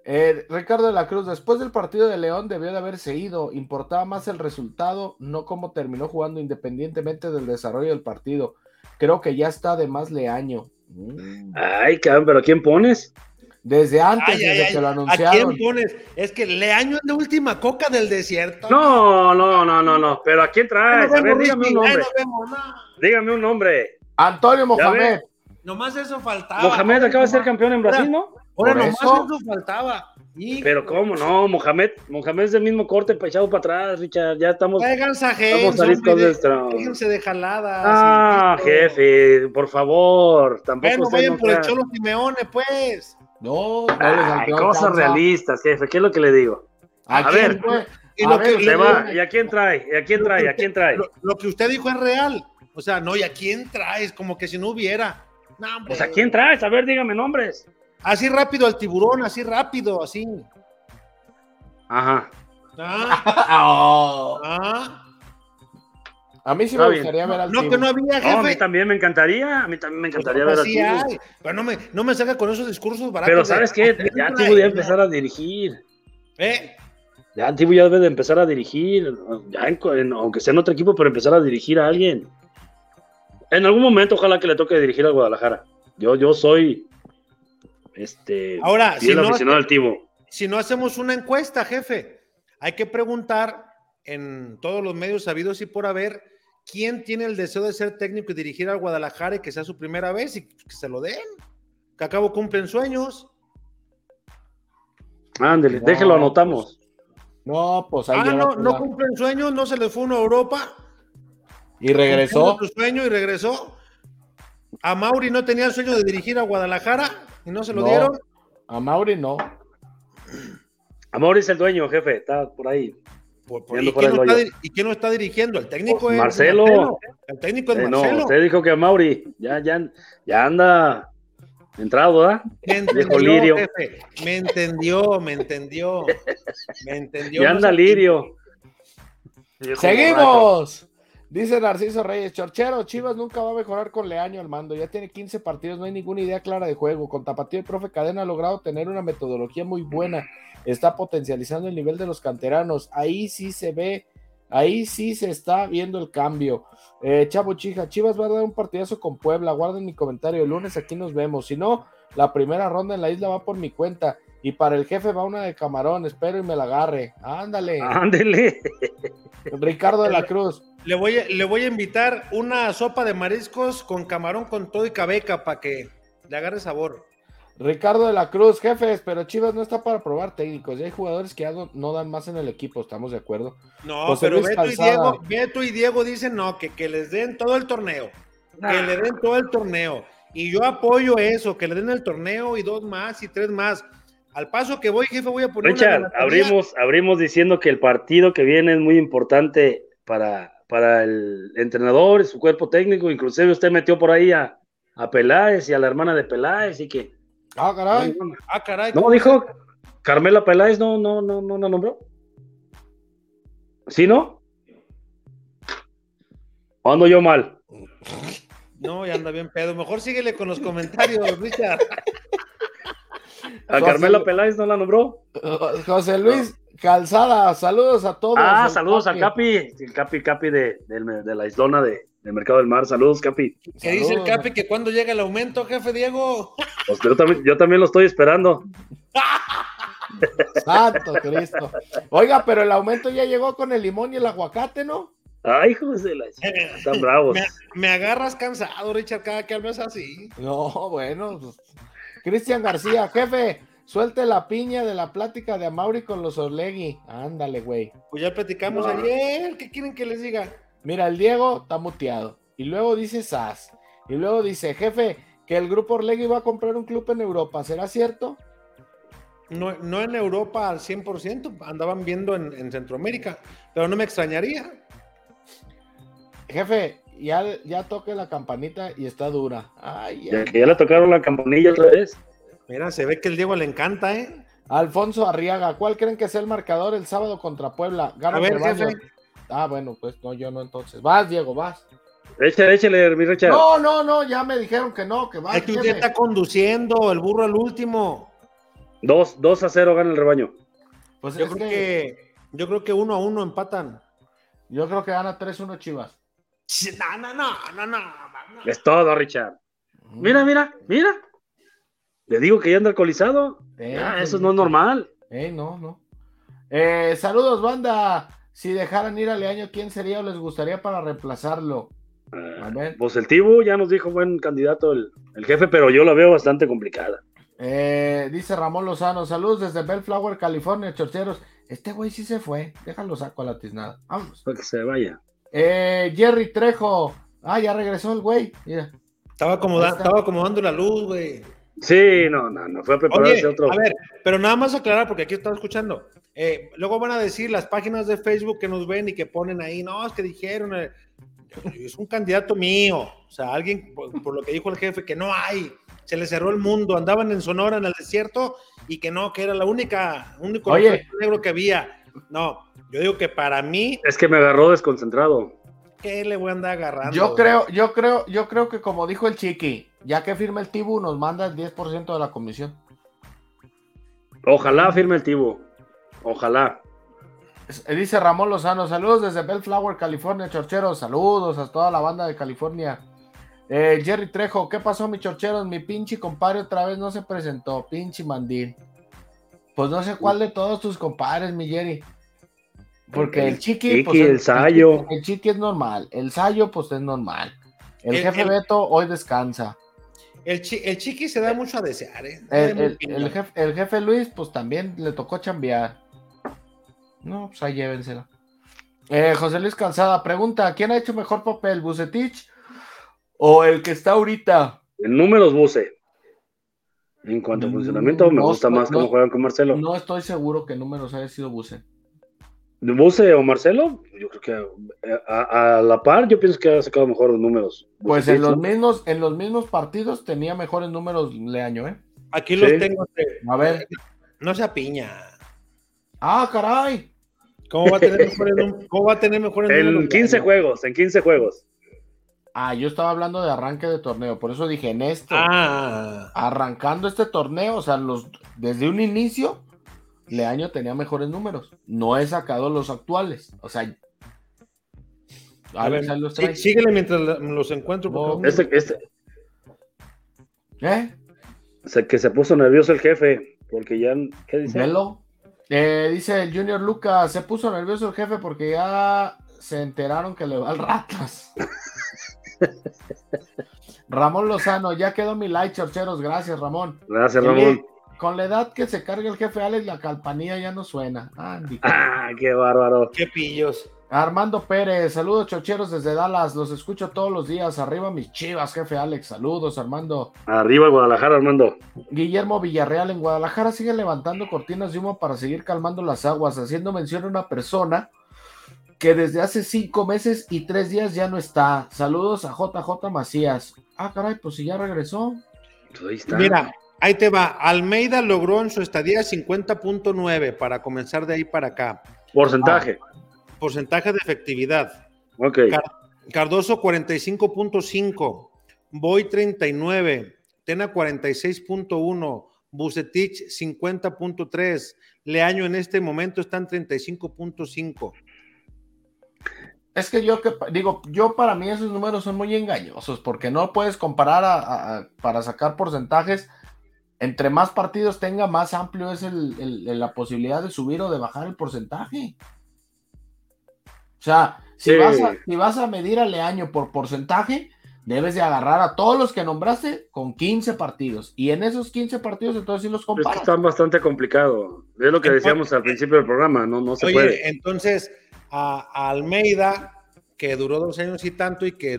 Eh, Ricardo de la Cruz, después del partido de León debió de haberse ido, importaba más el resultado, no cómo terminó jugando independientemente del desarrollo del partido. Creo que ya está de más Leaño. Mm. Ay, cabrón, pero ¿a quién pones? Desde antes, Ay, ay, desde ay, que lo ¿A quién anunciaron. pones? Es que Leaño es la última coca del desierto. No, no, no, no, no. ¿Pero a quién Ahí traes? nos A ver, vemos, dígame un Ricky, ahí nombre. nos vemos, no. Dígame un nombre. Antonio Ya Mohamed. Nomás eso faltaba. Mohamed acaba de ser campeón en Brasil, ¿no? Ahora Por nomás eso. eso, faltaba. Hijo. Pero ¿cómo no? Mohamed, Mohamed es del mismo corte, pechado para atrás, Richard. Ya estamos. Tráiganse a Pues, Vamos a James, salir hombre, con de- nuestro- déjense de jaladas. Ah, insisto. jefe, por favor. Tampoco Bueno, usted vayan no por el sea- Cholo Simeone, pues. No, no les Ay, alcanza. cosas realistas, jefe. ¿Qué es lo que le digo? ¿A, A quién ver. [laughs] fue? Y A lo, ver, que, Se Sí, lo- va. sí. ¿Y a quién trae? ¿Y a quién trae? ¿Y a quién trae? lo- lo que usted dijo es real. O sea, no, ¿y a quién traes? Como que si no hubiera. No, hombre. Pues ¿a quién traes? A ver, dígame nombres. Así rápido al tiburón, así rápido, así. Ajá. [laughs] Ah, Oh. ah. A mí sí Está me bien. gustaría ver al No, Tibu. que no había No, a mí jefe. también me encantaría. A mí también me encantaría Pues ver a sí ti. hay, Pero no me, no me salga con esos discursos baratos. Pero de- ¿sabes qué? ¿a quién Ya traes? Tibu ya empezar a dirigir. ¿Eh? Ya Tibu ya debe de empezar a dirigir. ya en- en- aunque sea en otro equipo, pero empezar a dirigir a alguien. En algún momento, ojalá que le toque dirigir a Guadalajara. Yo, yo soy. Este. Ahora, si fiel no, aficionado al Tibu. si no hacemos una encuesta, jefe, hay que preguntar en todos los medios sabidos y por haber quién tiene el deseo de ser técnico y dirigir al Guadalajara y que sea su primera vez y que se lo den. Que acabo cumplen sueños. Ándele, No, déjelo, pues, anotamos. No, pues ahí Ah, no, llévatela. no cumplen sueños, no se le fue uno a Europa. Y regresó. Cumpliendo su sueño y regresó. A Mauri no tenía el sueño de dirigir a Guadalajara y no se lo No. dieron. A Mauri no. Amor es el dueño, jefe. Está por ahí. Por- por- Ya ¿y, no quién fuera lo el está, hoyo. dir- y quién lo está dirigiendo? El técnico Pues, es Marcelo. El técnico es Eh, no, Marcelo. usted dijo que a Mauri. Ya, ya, ya anda entrado, ¿verdad? Me entendió, Viejo lirio. jefe. Me entendió, me entendió. Me entendió. Ya No anda sé- lirio. Viejo borracho. Seguimos. Dice Narciso Reyes, Chorchero, Chivas nunca va a mejorar con Leaño al mando. Ya tiene 15 partidos, no hay ninguna idea clara de juego. Con Tapatío el profe Cadena ha logrado tener una metodología muy buena. Está potencializando el nivel de los canteranos. Ahí sí se ve, ahí sí se está viendo el cambio. Eh, Chavo Chija, Chivas va a dar un partidazo con Puebla. Guarden mi comentario. El lunes aquí nos vemos. Si no, la primera ronda en la isla va por mi cuenta. Y para el jefe va una de camarón. Espero y me la agarre. Ándale. Ah. [laughs] Ándele. Ricardo de [laughs] la Cruz. Le voy, a, le voy a invitar una sopa de mariscos con camarón con todo y cabeca para que le agarre sabor. Ricardo de la Cruz, jefes, pero Chivas no está para probar técnicos. Ya hay jugadores que ya no, no dan más en el equipo, estamos de acuerdo. No, José pero Luis Beto y, Calzada. Diego, Beto y Diego dicen no, que, que les den todo el torneo. Ah. Que le den todo el torneo. Y yo apoyo eso, que le den el torneo y dos más y tres más. Al paso que voy, jefe, voy a poner. una Richard, relatoría. abrimos, abrimos diciendo que el partido que viene es muy importante para, para el entrenador y su cuerpo técnico. Inclusive usted metió por ahí a, a Peláez y a la hermana de Peláez y que. Ah, caray. Ah, caray. No, dijo Carmela Peláez, no, no, no, no la nombró. ¿Sí, no? ¿O ando yo mal? No, ya anda bien pedo. Mejor síguele con los [laughs] comentarios, Richard. ¿A No, Carmela sí. Peláez no la nombró? [laughs] José Luis Calzada, saludos a todos. Ah, El saludos a Capi. Capi, el Capi, Capi de, del- de la islona de, del Mercado del Mar. Saludos, Capi. Que dice el Saludos. Capi que cuando llega el aumento, jefe Diego. [laughs] Pues yo, también, yo también lo estoy esperando. Santo Cristo. Oiga, pero el aumento ya llegó con el limón y el aguacate, ¿no? Ay, hijos de la ch- están bravos. Me, me agarras cansado, Richard, cada que hablas así. No, bueno. pues. Cristian García, jefe, suelte la piña de la plática de Amauri con los Orlegui. Ándale, güey. Pues ya platicamos No. ayer. ¿Qué quieren que les diga? Mira, el Diego está muteado. Y luego dice Sas. Y luego dice, jefe, que el grupo Orlegui va a comprar un club en Europa. ¿Será cierto? No, no en Europa al 100%, andaban viendo en, en Centroamérica, pero no me extrañaría. Jefe, ya, ya toque la campanita y está dura. Ay, Ya que ya le tocaron la campanilla otra vez. Mira, se ve que el Diego le encanta, ¿eh? Alfonso Arriaga, ¿cuál creen que sea el marcador el sábado contra Puebla? Gana A ver, Ceballos. jefe. Ah, bueno, pues no, yo no entonces. Vas, Diego, vas. Échale, échale, mi Richard. No, no, no, ya me dijeron que no, que vas. Es que usted jefe. está conduciendo, el burro al último. Dos, dos a 0 gana el rebaño. Pues Yo es creo que- que, yo creo que uno a uno empatan. yo creo que gana 3-1 Chivas. No, no, no, no, no. no. Es todo, Richard. Mira, mira, mira. Le digo que ya anda alcoholizado. Eh, Ya, pues, Ah, eso no es normal. Eh, no, no. Eh, saludos, banda. Si dejaran ir a Leaño, ¿quién sería o les gustaría para reemplazarlo? A ver. Pues el Tibu ya nos dijo buen candidato el, el jefe, pero yo la veo bastante complicada. Eh, dice Ramón Lozano, saludos desde Bellflower, California, chorcheros. Este güey sí se fue, déjalo saco a la tiznada. Vámonos. Para que se vaya. Eh, Jerry Trejo, ah, ya regresó el güey. Mira. Estaba, acomoda- Ahí está. estaba acomodando la luz, güey. Sí, no, no, no. Fue a Oye, prepararse otro. a ver, pero nada más aclarar, porque aquí estaba escuchando. Eh, luego van a decir las páginas de Facebook que nos ven y que ponen ahí, no, es que dijeron, eh, es un candidato mío. O sea, alguien, por, por lo que dijo el jefe, que no hay, se le cerró el mundo, andaban en Sonora, en el desierto, y que no, que era la única, único Oye. resorte negro que había. No, yo digo que para mí, Es que me agarró desconcentrado. ¿qué le voy a andar agarrando? Yo creo, yo creo, yo creo que como dijo el Chiqui, ya que firma el Tibu, nos manda el 10% de la comisión. Ojalá firme el Tibu. Ojalá. S- eh, Dice Ramón Lozano, saludos desde Bellflower, California, chorcheros, saludos a toda la banda de California. Eh, Jerry Trejo, ¿qué pasó, mi chorcheros? Mi pinche compadre otra vez no se presentó, pinche mandil. Pues no sé cuál de todos tus compadres, mi Jerry. Porque el, El chiqui. Chiqui, pues, el Sayo. chiqui- El, chiqui es normal, el sayo, pues es normal. El, El- jefe el- Beto hoy descansa. El, chi- el chiqui se da mucho a desear, ¿eh? El, el- el jefe, el jefe Luis, pues también le tocó chambear. No, pues ahí llévensela. Eh, José Luis Calzada pregunta: ¿quién ha hecho mejor papel, Bucetich o el que está ahorita? En números buce. En cuanto a Mm, funcionamiento, me no, gusta no, más cómo no. juegan con Marcelo. No estoy seguro qué números haya sido Buce. Buse o Marcelo, yo creo que eh, a, a la par, yo pienso que ha sacado mejores números. Pues Bucetich, en los ¿no? mismos, en los mismos partidos tenía mejores números Leaño, ¿eh? Aquí los Sí. tengo, eh, A ver. no se apiña. ¡Ah, caray! ¿Cómo va a tener mejor en [laughs] un- cómo va a tener mejor en un- En 15 juegos, en 15 juegos. Ah, yo estaba hablando de arranque de torneo, por eso dije en este. Ah, arrancando este torneo, o sea, los, desde un inicio, Leaño tenía mejores números. No he sacado los actuales. O sea, a, a ver, ver, ahí los sí, trae. síguele mientras la- los encuentro. porque- Este, este, ¿Eh? se- que se puso nervioso el jefe, porque ya, ¿qué dice? Velo. Eh, dice el Junior Lucas, se puso nervioso el jefe porque ya se enteraron que le va [laughs] al ratas. Ramón Lozano, ya quedó mi like, chorcheros. Gracias, Ramón. Gracias, Dile, Ramón. Con la edad que se carga el jefe Alex, la campanilla ya no suena. [laughs] Andy. [laughs] Ah, qué bárbaro. Qué pillos. Armando Pérez, saludos chocheros desde Dallas, los escucho todos los días, arriba mis chivas, jefe Alex, saludos Armando. Arriba Guadalajara, Armando. Guillermo Villarreal en Guadalajara sigue levantando cortinas de humo para seguir calmando las aguas, haciendo mención a una persona que desde hace cinco meses y tres días ya no está. Saludos a JJ Macías. Ah, caray, pues si ya regresó. Pues ahí está. Mira, ahí te va. Almeida logró en su estadía 50.9 para comenzar de ahí para acá. Porcentaje. Ah. Porcentaje de efectividad. ok. Cardoso 45.5, Boy 39, Tena 46.1, Bucetich 50.3, Leaño en este momento está en 35.5. Es que yo que digo, yo para mí esos números son muy engañosos porque no puedes comparar a- a- a- para sacar porcentajes. Entre más partidos tenga, más amplio es el- el- el- la posibilidad de subir o de bajar el porcentaje. O sea, si, Sí. vas, a, si vas a medir al año por porcentaje, debes de agarrar a todos los que nombraste con 15 partidos. Y en esos 15 partidos, entonces sí los Es que comparas. está bastante complicado. Es lo que eh, decíamos al principio del programa, no, no se Oye, puede. entonces a, a Almeida, que duró dos años y tanto y que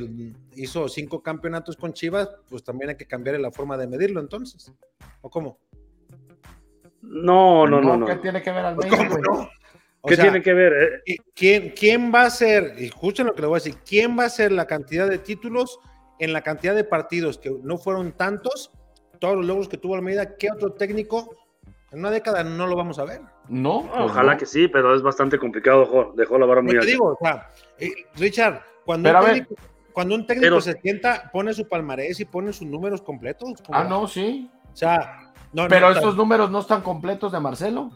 hizo cinco campeonatos con Chivas, pues también hay que cambiar la forma de medirlo entonces. ¿O cómo? No, no, no, no. ¿Qué tiene que ver al México? no? O ¿Qué sea, tiene que ver? Eh, ¿qui- ¿quién, ¿Quién va a ser, y escuchen lo que le voy a decir, quién va a ser la cantidad de títulos en la cantidad de partidos que no fueron tantos, todos los logros que tuvo Almeida, ¿qué otro técnico en una década no lo vamos a ver? No, pues Ojalá no. que sí, pero es bastante complicado, jo, dejó la barra No muy te alta. digo, o sea, eh, Richard, cuando Pero un, a ver. técnico, cuando un técnico Pero- se sienta, pone su palmarés y pone sus números completos. como- Ah, no, sí. O sea, no, Pero no, estos tan- números no están completos de Marcelo.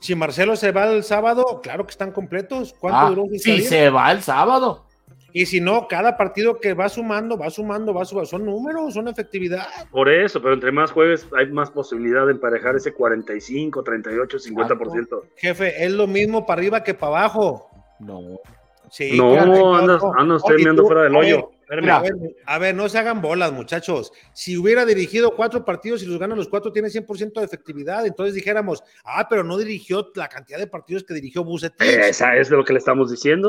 si Marcelo se va el sábado, claro que están completos. ¿Cuánto Ah, duró? un si día? se va el sábado. Y si no, cada partido que va sumando, va sumando, va sumando. Son números, son efectividad. Por eso, pero entre más jueves hay más posibilidad de emparejar ese 45, 38, 50%. Jefe, es lo mismo para arriba que para abajo. No. Sí, claro, no, andas, no. anda usted Oye, mirando tú, fuera del a hoyo. Espérame. ver, A ver, a ver, no se hagan bolas, muchachos. Si hubiera dirigido cuatro partidos y los gana los cuatro, tiene 100% de efectividad. Entonces dijéramos, ah, pero no dirigió la cantidad de partidos que dirigió Bucetich. Esa es de lo que le estamos diciendo.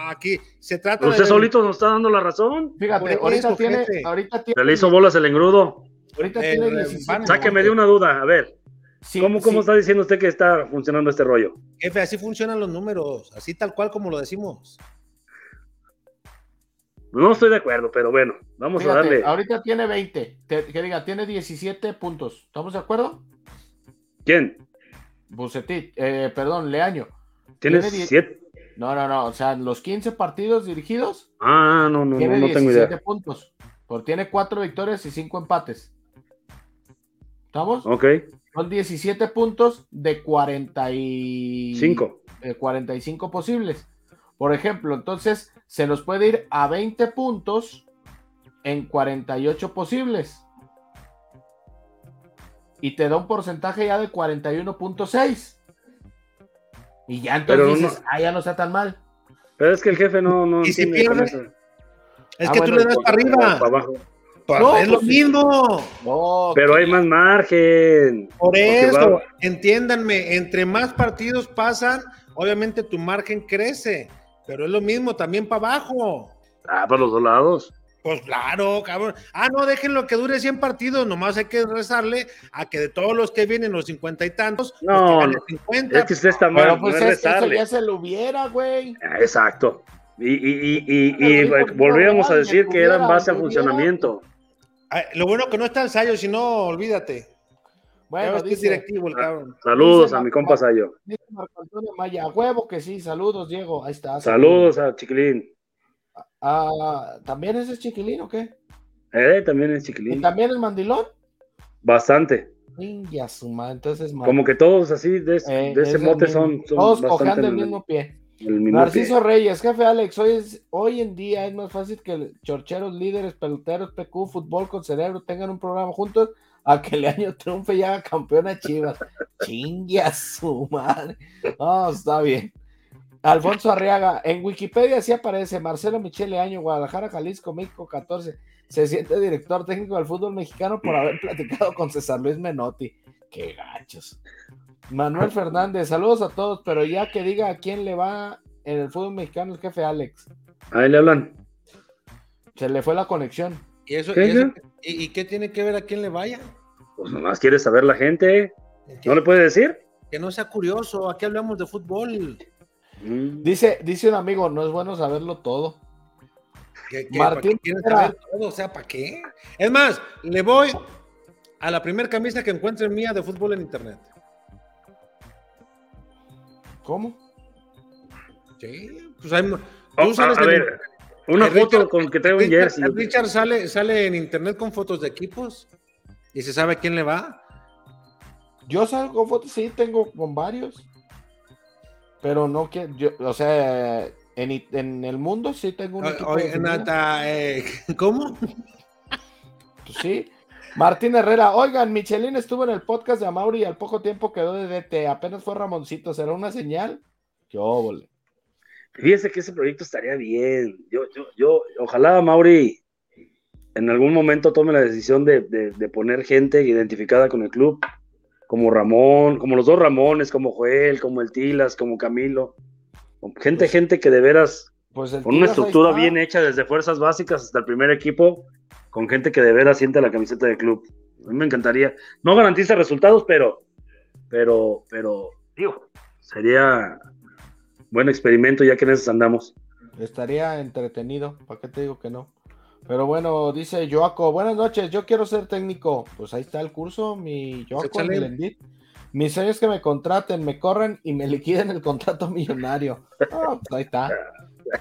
Ah, Aquí se trata Usted de. solito nos está dando la razón. Fíjate, Por ahorita eso, tiene, gente. ahorita Se tiene, le hizo bolas el engrudo. ahorita Eh, tiene eh, 17. van- Sáqueme de una duda. A ver, Sí, ¿cómo, cómo sí. está diciendo usted que está funcionando este rollo? Jefe, así funcionan los números, así tal cual como lo decimos. No estoy de acuerdo, pero bueno, vamos a Fíjate, ah, darle. Ahorita tiene 20. Te- que diga, tiene 17 puntos. ¿Estamos de acuerdo? ¿Quién? Bucetit, eh, perdón, Leaño. ¿Tienes Tiene die- siete? No, no, no. O sea, los 15 partidos dirigidos, Ah, no, no, no, tiene no tengo 17 idea. puntos. Porque tiene 4 victorias y 5 empates. ¿Estamos? Ok, Son 17 puntos de 45 cinco. eh, 45 posibles. Por ejemplo, entonces se nos puede ir a 20 puntos en 48 posibles. Y te da un porcentaje ya de 41.6. Y ya entonces Pero no- dices, ah, ya no está tan mal. Pero es que el jefe no, no ¿Y si entiende con pierde? eso. Es Ah, que bueno, tú le das no, para arriba. Para abajo. Pues No, es lo pues sí. mismo. No, Pero hay más margen. Por Porque eso, va- entiéndanme, entre más partidos pasan, obviamente tu margen crece, pero es lo mismo también para abajo. Ah, para los dos lados. Pues claro, cabrón. Ah, no, déjenlo que dure 100 partidos, nomás hay que rezarle a que de todos los que vienen, los 50 y tantos, pues, No, que gane no. 50. Es que usted está mal. pero pues no es es- eso rezarle. ya se lo hubiera, güey. Ah, Exacto. Y, y, y, y, Pero y ahí, ¿por qué no volvíamos a regalan? decir que era en base al Hubiera, funcionamiento. Ah, lo bueno que no está el Sayo, si no, olvídate. Ya Bueno, ves que es dice- directivo el Ah. cabrón. Saludos Dice a la- mi compa Sayo. dice Marco Antonio Maya, "A huevo que sí, saludos, Diego. Ahí está. Saludos a Chiquilín. Ah, ¿También ese es chiquilín o qué? Eh, también es ¿Y Chiquilín. también el mandilón? Bastante. India su madre, entonces madre. Como que todos así de, es- Eh, de ese es el mote mismo. son, son todos bastante cojando el en el- mismo pie. en el mismo Narciso pie. Reyes, jefe Alex, hoy, es- hoy en día es más fácil que el- chorcheros, líderes, peloteros, PQ, fútbol con cerebro tengan un programa juntos a que el año triunfe y haga campeona Chivas. Chingue su madre. No, está bien. Alfonso Arriaga, en Wikipedia sí aparece Marcelo Michele Año, Guadalajara, Jalisco, México 14. Se siente director técnico del fútbol mexicano por haber platicado con César Luis Menotti. Qué gachos. Manuel Fernández, saludos a todos, pero ya que diga a quién le va en el fútbol mexicano el jefe Alex. Ahí le hablan. Se le fue la conexión. ¿Y, eso, ¿Qué y, eso- es? y- y qué tiene que ver a quién le vaya? Pues nomás quiere saber la gente. ¿No le puede decir? Que no sea curioso, aquí hablamos de fútbol. Mm. Dice, dice un amigo, no es bueno saberlo todo. Que- que- Martín ¿para qué quieren Vera. saber todo? O sea, ¿para qué? Es más, le voy a la primera camisa que encuentre mía de fútbol en internet. ¿Cómo? Sí, pues hay. Tú Oh, a, sales a este en- ver, una el foto Richard- con que traigo un Richard, jersey. el Richard sale, sale en internet con fotos de equipos y se sabe a quién le va. Yo salgo con fotos, sí, tengo con varios. Pero no que, yo, o sea, en, i- en el mundo sí tengo un equipo Oye, definido. Nata, eh, [laughs] ¿cómo? Pues sí. Martín Herrera, oigan, Michelin estuvo en el podcast de Amauri y al poco tiempo quedó de DT, apenas fue Ramoncito, ¿será una señal? Qué óvole. Fíjese que ese proyecto estaría bien. Yo, yo, yo, ojalá Mauri en algún momento tome la decisión de, de- de poner gente identificada con el club, como Ramón, como los dos Ramones, como Joel, como el Tilas, como Camilo. Gente, gente que de veras Pues el Con una Tigres ahí estructura está. bien hecha desde fuerzas básicas hasta el primer equipo, con gente que de veras siente la camiseta del club. A mí me encantaría. No garantiza resultados, pero, pero, pero, digo, sería buen experimento ya que en eso andamos. Estaría entretenido, ¿para qué te digo que no? Pero bueno, dice Joaco, buenas noches, yo quiero ser técnico. Pues ahí está el curso, mi Joaco, Échale. mi Lendit. Mi sueño es que me contraten, me corran y me [laughs] liquiden el contrato millonario. Ah, pues ahí está.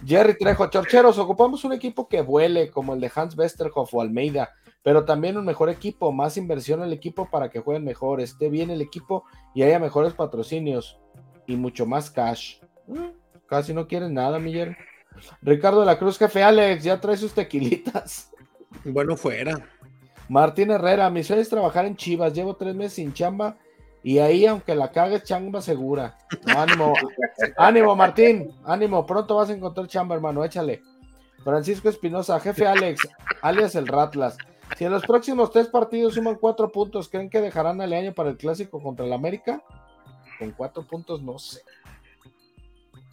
Jerry Trejo, Chorcheros, ocupamos un equipo que vuele, como el de Hans Westerhoff o Almeida, pero también un mejor equipo, más inversión al equipo para que jueguen mejor, esté bien el equipo y haya mejores patrocinios y mucho más cash. Mm, Casi no quieren nada, mi Jerry. Ricardo de la Cruz, jefe Alex, ya trae sus tequilitas. Bueno, fuera. Martín Herrera, mi sueño es trabajar en Chivas, llevo tres meses sin chamba y ahí, aunque la cague, chamba segura. Ánimo, ánimo, Martín, ánimo, pronto vas a encontrar chamba, hermano, échale. Francisco Espinosa, jefe Alex, alias el Ratlas. Si en los próximos tres partidos suman cuatro puntos, ¿creen que dejarán al año para el clásico contra el América? Con cuatro puntos, no sé.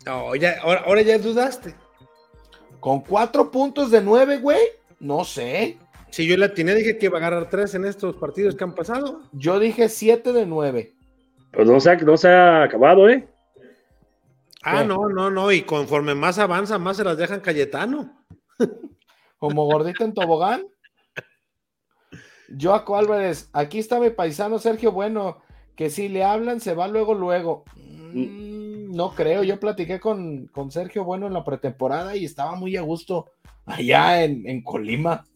No, ya, ahora, ahora ya dudaste. Con cuatro puntos de nueve, güey, no sé. Si yo la tiene, dije que iba a agarrar tres en estos partidos que han pasado. Yo dije siete de nueve. Pues no se ha, no se ha acabado, ¿eh? Ah, Sí. no, no, no. Y conforme más avanza, más se las dejan Cayetano. como gordito en tobogán. Joaco Álvarez, aquí está mi paisano Sergio Bueno, que si le hablan se va luego, luego. Mm, no creo, yo platiqué con, con Sergio Bueno en la pretemporada y estaba muy a gusto allá en, en Colima.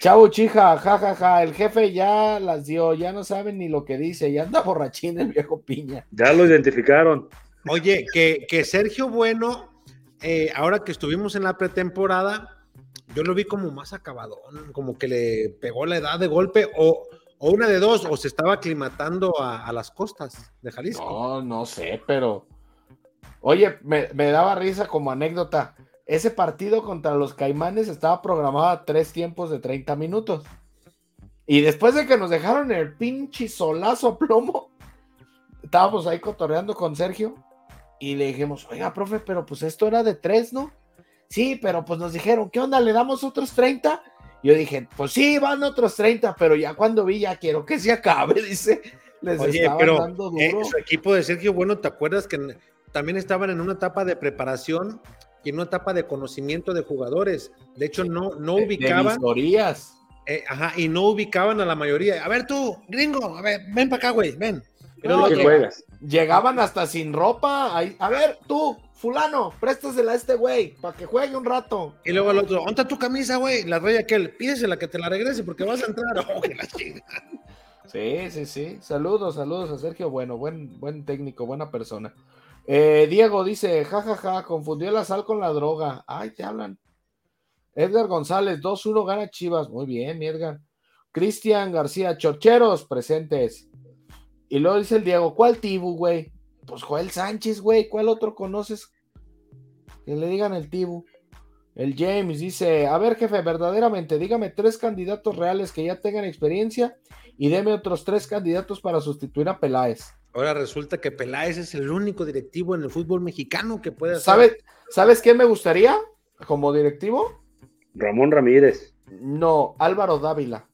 Chavo Chija, jajaja, el jefe ya las dio, ya no sabe ni lo que dice, ya anda borrachín el viejo piña. Ya lo identificaron. Oye, que, que Sergio Bueno, eh, ahora que estuvimos en la pretemporada, yo lo vi como más acabadón, como que le pegó la edad de golpe, o, o una de dos, o se estaba aclimatando a, a las costas de Jalisco. No, no sé, pero. Oye, me, me daba risa como anécdota. Ese partido contra los Caimanes estaba programado a tres tiempos de 30 minutos. Y después de que nos dejaron el pinche solazo a plomo, estábamos ahí cotorreando con Sergio y le dijimos, oiga, profe, pero pues esto era de tres, ¿no? Sí, pero pues nos dijeron, ¿qué onda? ¿Le damos otros 30? Yo dije, pues sí, van otros 30, pero ya cuando vi, ya quiero que se acabe, [laughs] dice. Les Oye, estaban pero dando duro. eh, su equipo de Sergio Bueno, ¿te acuerdas que en- también estaban en una etapa de preparación y en una etapa de conocimiento de jugadores? De hecho, no, no de- de ubicaban. visorías. Eh, ajá, y no ubicaban a la mayoría. A ver tú, gringo, a ver, ven para acá, güey, ven. Pero No, lo ¿Qué que- que- juegas? Llegaban hasta sin ropa. ahí, a ver, tú, fulano, préstasela a este güey para que juegue un rato. y luego el otro, ¿dónde está tu camisa, güey? La rey aquel, pídesela que te la regrese porque vas a entrar. [laughs] Oh, que la chinga. Sí, sí, sí. Saludos, saludos a Sergio. Bueno, buen, buen técnico, buena persona. Eh, Diego dice, jajaja, confundió la sal con la droga. Ay, te hablan. Edgar González, 2-1 gana Chivas. Muy bien, mi Edgar. Cristian García, chorcheros presentes. Y luego dice el Diego, ¿cuál Tibu, güey? Pues Joel Sánchez, güey. ¿Cuál otro conoces? Que le digan el Tibu. El James dice, a ver, jefe, verdaderamente, dígame tres candidatos reales que ya tengan experiencia y deme otros tres candidatos para sustituir a Peláez. Ahora resulta que Peláez es el único directivo en el fútbol mexicano que puede hacer. ¿Sabes, ¿Sabes quién me gustaría como directivo? Ramón Ramírez. No, Álvaro Dávila,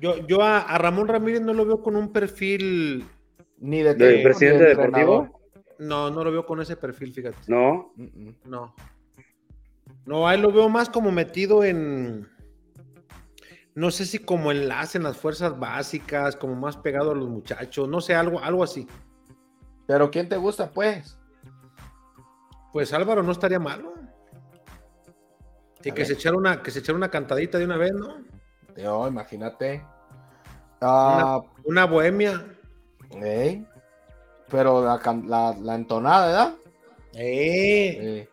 Yo, yo a, a Ramón Ramírez no lo veo con un perfil. ni de ¿De técnico, ni presidente de entrenador. deportivo? No, no lo veo con ese perfil, fíjate. No. Mm, mm. No. No, ahí lo veo más como metido en. No sé si como enlace en las fuerzas básicas, como más pegado a los muchachos, no sé, algo, algo así. Pero ¿quién te gusta, pues? Pues Álvaro no estaría malo. Y A que ver. se, echara una, que se echara una cantadita de una vez, ¿no? Yo, imagínate. Ah, Una bohemia. ey. Pero la, can- la- la entonada, ¿verdad? ¡Eh! Eh,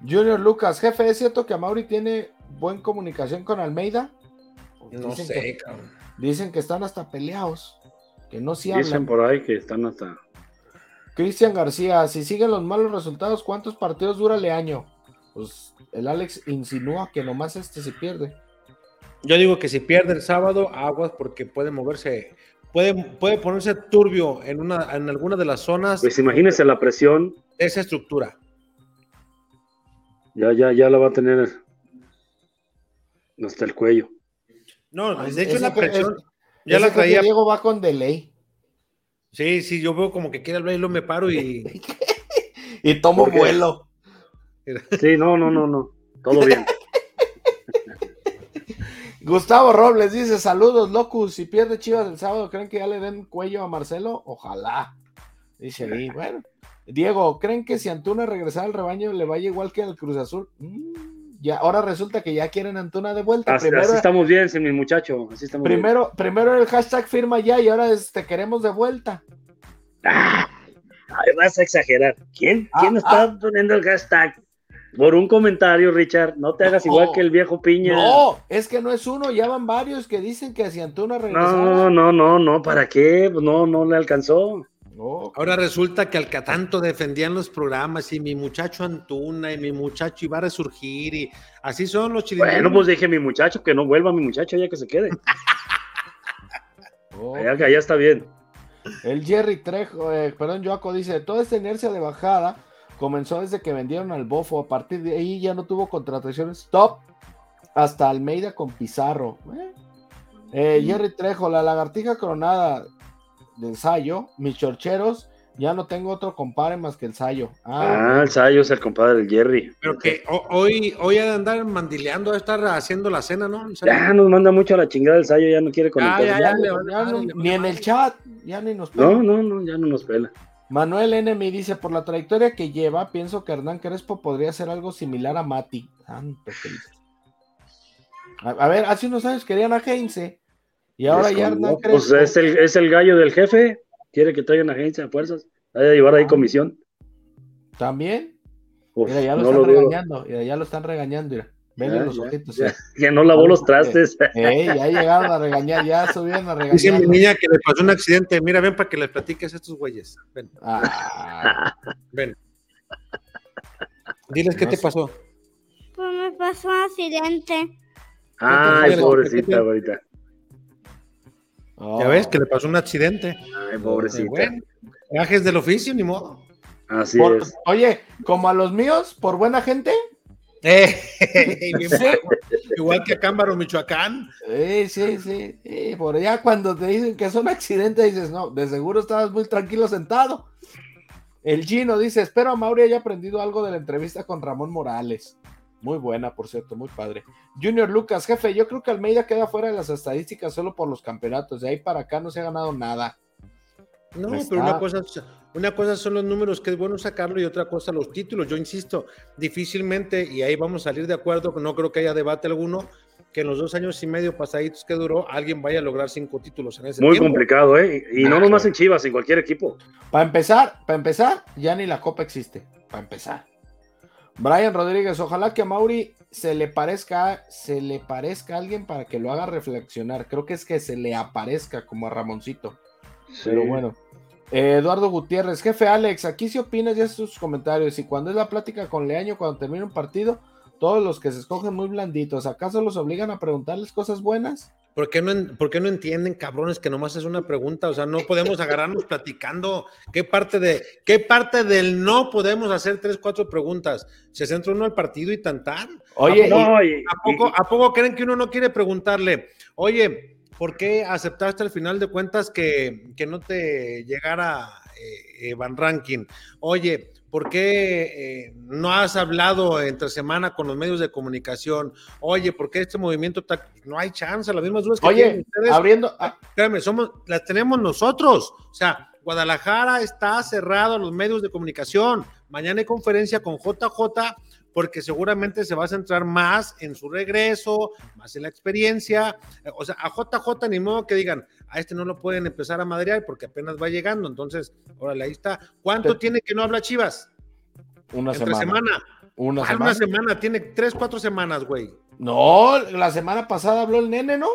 Junior Lucas, jefe, ¿es cierto que Amauri tiene buena comunicación con Almeida? No Dicen sé, que- cabrón. dicen que están hasta peleados, que no se Dicen hablan. por ahí que están hasta. Cristian García, si siguen los malos resultados, ¿cuántos partidos dura el año? Pues el Alex insinúa que nomás este se pierde. Yo digo que si pierde el sábado, aguas porque puede moverse, puede, puede ponerse turbio en, una, en Pues alguna de las zonas de Pues imagínense la presión. esa estructura. Ya, ya, ya la va a tener hasta el cuello. No, Ay, de hecho esa la que- presión. es- Ya ese la que traía. Diego va con delay Sí, sí, yo veo como que quiere hablar y luego me paro y. y tomo ¿Por qué? vuelo. Sí, no, no, no, no. Todo [laughs] bien. Gustavo Robles dice: Saludos, locus. Si pierde Chivas el sábado, ¿creen que ya le den cuello a Marcelo? Ojalá. Dice ahí, bueno. Diego, ¿creen que si Antuna regresara al rebaño le vaya igual que al Cruz Azul? Mm, ya, ahora resulta que ya quieren a Antuna de vuelta. Así, primero, así estamos bien, sí, mi muchacho. Así estamos bien. primero, primero era el hashtag firma ya y ahora es te queremos de vuelta. Ay, vas a exagerar. ¿Quién, Ah, ¿quién está poniendo el hashtag? Por un comentario, Richard. No te hagas No. igual que el viejo piña. No, es que no es uno, ya van varios que dicen que si Antuna regresara. no, no, no, no, ¿Para qué? Pues No, no le alcanzó. No, Ahora resulta que al que tanto defendían los programas y mi muchacho Antuna y mi muchacho iba a resurgir y así son los chilindrinos. Bueno, pues dije mi muchacho, que no vuelva mi muchacho, ya que se quede. no. Allá, allá está bien. El Jerry Trejo, eh, perdón, Joaco dice, toda esta inercia de bajada comenzó desde que vendieron al Bofo, a partir de ahí ya no tuvo contrataciones top hasta Almeida con Pizarro. ¿eh? Eh, Jerry Trejo, la lagartija coronada de ensayo, mis chorcheros, ya no tengo otro compare más que el ensayo. Ah, Ah, el Sayo es el compadre del Jerry. Pero que ho- hoy, hoy ha de andar mandileando, ha de estar haciendo la cena, ¿no? Ya nos manda mucho a la chingada el Sayo, ya no quiere Ah, conectar. ya, ya ya, le no- vale ya no- madre, le ni vale en el madre. chat, ya ni nos No, no, no, ya no nos pela. Manuel Enemy dice, por la trayectoria que lleva, pienso que Hernán Crespo podría hacer algo similar a Mati. Santo Cristo. A, a ver, hace unos años querían a Heinze y ahora ya Hernán Crespo. Pues es el, es el gallo del jefe. Quiere que traigan agencia a fuerzas. Hay que llevar ahí comisión. También. Uf, Ah. Mira, ya lo Pues no están lo dudo. regañando. Mira, ya lo están regañando. Mira. Vele Ya, los ya, ojitos. [laughs] ya. eh. Que no lavó los trastes. Ey, ya llegaron a regañar, ya subieron a Dice mi regañar. niña que le pasó un accidente. Mira, ven para que les platiques a estos güeyes. Ven, Ah, ven. Diles qué No te sé. pasó. Pues me pasó un accidente. [laughs] Ay, Entonces, pobrecita, ¿qué te- ahorita. Ya oh. ves que le pasó un accidente. Ay, Pues, pobrecita. Bueno, gajes del oficio, ni modo. Así Por- es. oye, como a los míos, por buena gente. [laughs] Eh, bien bajo. Igual que a Cámbaro, Michoacán. Sí, sí, sí, sí, Por allá cuando te dicen que son accidentes, dices, no, de seguro estabas muy tranquilo sentado. El Gino dice, espero a Mauri haya aprendido algo de la entrevista con Ramón Morales. Muy buena, por cierto, muy padre. Junior Lucas, jefe, yo creo que Almeida queda fuera de las estadísticas solo por los campeonatos. De ahí para acá no se ha ganado nada. No, Ahí pero está. una cosa, es- una cosa son los números, que es bueno sacarlo, y otra cosa los títulos. Yo insisto, difícilmente, y ahí vamos a salir de acuerdo, no creo que haya debate alguno, que en los dos años y medio pasaditos que duró, alguien vaya a lograr cinco títulos en ese Muy tiempo. complicado, ¿eh? Y y no Ah, nomás claro. en Chivas, en cualquier equipo. Para empezar, para empezar, ya ni la copa existe. Para empezar. Brian Rodríguez, ojalá que a Mauri se le parezca, se le parezca a alguien para que lo haga reflexionar. Creo que es que se le aparezca como a Ramoncito. Pero Sí. bueno. Eh, Eduardo Gutiérrez, jefe Alex, aquí si opinas ya sus comentarios. Y cuando es la plática con Leaño, cuando termina un partido, todos los que se escogen muy blanditos, ¿acaso los obligan a preguntarles cosas buenas? ¿Por qué, no, en- ¿Por qué no entienden, cabrones, que nomás es una pregunta? O sea, no podemos agarrarnos platicando. ¿Qué parte, de, ¿Qué parte del no podemos hacer tres, cuatro preguntas? Se centra uno al partido y tan tan. Oye, Ah, No, y- ¿A poco, ¿A poco creen que uno no quiere preguntarle, oye, ¿por qué aceptaste al final de cuentas que, que no te llegara eh, eh, Van Ranking? Oye, ¿por qué eh, no has hablado entre semana con los medios de comunicación? Oye, ¿por qué este movimiento ta- no hay chance? Las mismas dudas que oye, tienen ustedes, abriendo, ah, a- espérame, somos, las tenemos nosotros. O sea, Guadalajara está cerrado a los medios de comunicación. Mañana hay conferencia con JJ porque seguramente se va a centrar más en su regreso, más en la experiencia. Eh, O sea, a JJ ni modo que digan, a este no lo pueden empezar a madrear porque apenas va llegando. Entonces, órale, ahí está. ¿Cuánto Te- tiene que no habla Chivas? una Entre semana, semana. una Ah, semana. tiene tres, cuatro semanas, güey. No, la semana pasada habló el nene, ¿no?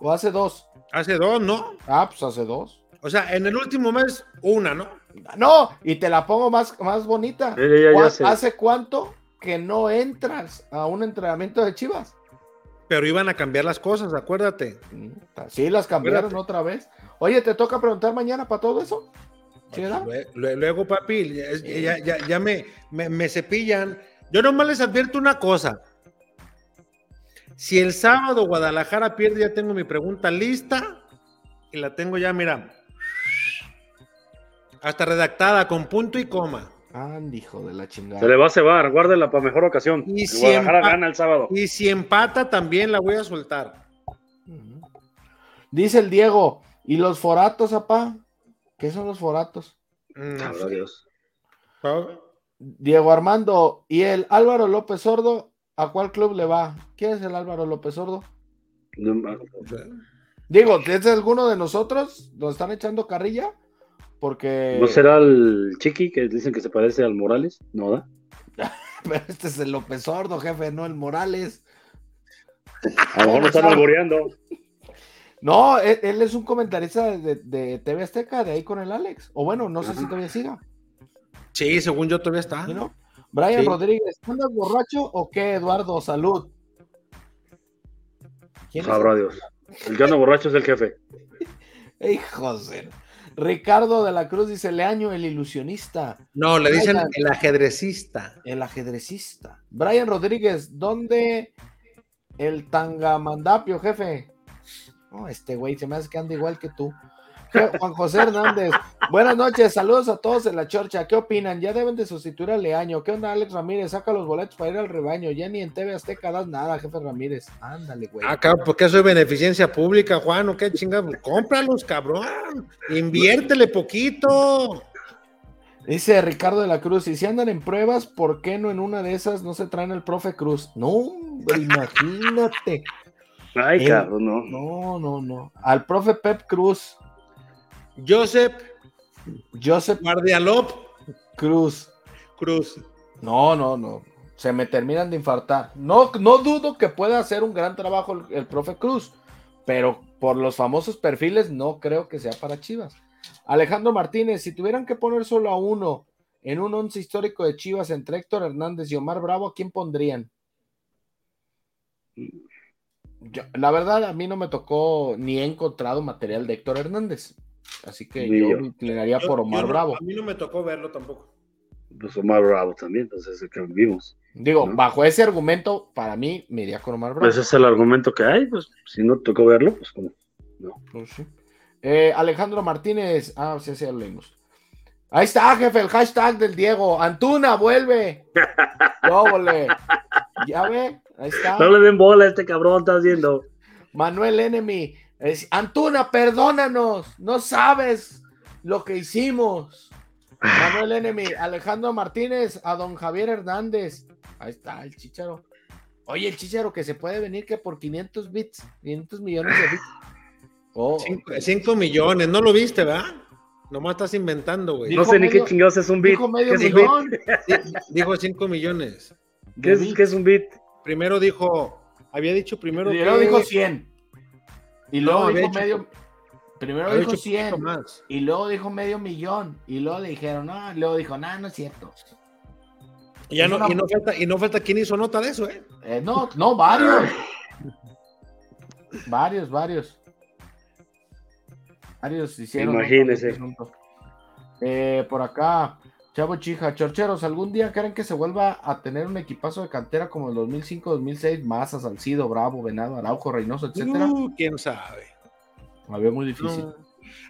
¿O hace dos? Hace dos, ¿no? Ah, pues hace dos. O sea, en el último mes, una, ¿no? No, y te la pongo más, más bonita. Ya, ya, ya ¿Cuá- sé. ¿Hace cuánto que no entras a un entrenamiento de Chivas? Mm, Pero iban a cambiar las cosas, acuérdate. Sí, las cambiaron otra vez. Oye, ¿te toca preguntar mañana para todo eso? ¿Sí, Ah, Pues, verdad? lue- lue- Luego, papi, ya, ya- ya- ya me, me- me cepillan. Yo nomás les advierto una cosa. Si el sábado Guadalajara pierde, ya tengo mi pregunta lista y la tengo ya, mira, hasta redactada con punto y coma. Ande, hijo de la Se le chingada. va a cebar, guárdela para mejor ocasión. Y El si Guadalajara empa- gana el sábado. Y si empata, también la voy a soltar. Ujú. Dice el Diego, ¿y los foratos, apá? ¿Qué son los foratos? Mm, Sabrá Ah, Dios. ¿sabes? Diego Armando, ¿y el Álvaro López Sordo? ¿A cuál club le va? ¿Quién es el Álvaro López Sordo? No ma- Digo, ¿es de alguno de nosotros? ¿Nos están echando carrilla? Porque ¿No será el Chiqui que dicen que se parece al Morales? No, ¿da? [laughs] este es el López Sordo, jefe, no el Morales. A lo mejor lo están alboreando. No, él, él es un comentarista de, de TV Azteca, de ahí con el Alex. O bueno, no sé si todavía siga. Sí, según yo todavía está. ¿sí no? Brian Sí. Rodríguez, ¿andas borracho o qué, Eduardo? Salud. ¿Quién es Sabrá Pues, Dios. El que anda borracho es el jefe. Hijos de- Ricardo de la Cruz dice Leaño, el ilusionista, No, le dicen Oigan. el ajedrecista. el ajedrecista. Brian Rodríguez, ¿dónde el tangamandapio, jefe? No, este güey se me hace que anda igual que tú. Je- Juan José Hernández, buenas noches, saludos a todos en la chorcha. ¿Qué opinan? Ya deben de sustituir a Leaño. ¿Qué onda, Alex Ramírez? Saca los boletos para ir al rebaño. Ya ni en TV Azteca das nada, jefe Ramírez. Ándale, güey. Ah, cabrón, porque eso es beneficencia pública, Juan, ¿o qué chingados? Pues, Cómpralos, cabrón. Inviértele poquito. Dice Ricardo de la Cruz, y si andan en pruebas, ¿por qué no en una de esas no se traen el profe Cruz? No, hombre, imagínate. Ay, El- cabrón, no. No, no, no. Al profe Pep Cruz, Joseph Joseph Guardialop Cruz. Cruz. No, no, no. Se me terminan de infartar. No, no dudo que pueda hacer un gran trabajo el, el profe Cruz, pero por los famosos perfiles no creo que sea para Chivas. Alejandro Martínez, si tuvieran que poner solo a uno en un once histórico de Chivas entre Héctor Hernández y Omar Bravo, ¿a quién pondrían? Yo- la verdad, a mí no me tocó ni he encontrado material de Héctor Hernández. Así que Ni yo, yo. me inclinaría por Yo- Omar yo no- Bravo. A mí no me tocó verlo tampoco. Pues Omar Bravo también, entonces es el que vimos. Digo, ¿no? bajo ese argumento, para mí me iría con Omar Bravo. Pues ese es el argumento que hay, pues si no tocó verlo, pues como. Pues sí. Eh, Alejandro Martínez. Ah, sí, sí, ya lo leímos. Ahí está, jefe, el hashtag del Diego. Antuna, vuelve. No, vole. Ya ve, ahí está. No le den bola a este cabrón, estás viendo. Manuel Enemy. Es- Antuna, perdónanos. No sabes lo que hicimos. Manuel Enemy, Alejandro Martínez, a don Javier Hernández. Ahí está el chicharo. Oye, el chicharo que se puede venir que por 500 bits, 500 millones de bits. Oh, Cinco, cinco millones, no lo viste, ¿verdad? Nomás estás inventando, güey. No Dijo sé ni qué medio- chingados es un beat. dijo ¿Qué medio es un beat? millón. Dijo cinco millones. ¿Qué es, qué es un beat? Primero dijo, había dicho primero Primero que- dijo 100. Y luego No, había dijo dicho- medio. Primero había dijo dicho un poquito 100. más. Y luego dijo medio millón. Y luego le dijeron, no. y Luego dijo, no, no es cierto. Y, ya Es no, una- y no falta, y no falta quien hizo nota de eso, ¿eh? Eh, no, no, varios. varios, varios. Varios hicieron. ¿no? Imagínese. Eh, por acá, Chavo Chija, Chorcheros, ¿algún día creen que se vuelva a tener un equipazo de cantera como el 2005-2006? Maza, Salcido, Bravo, Venado, Araujo, Reynoso, etcétera. Uh, quién sabe. La veo muy difícil. No.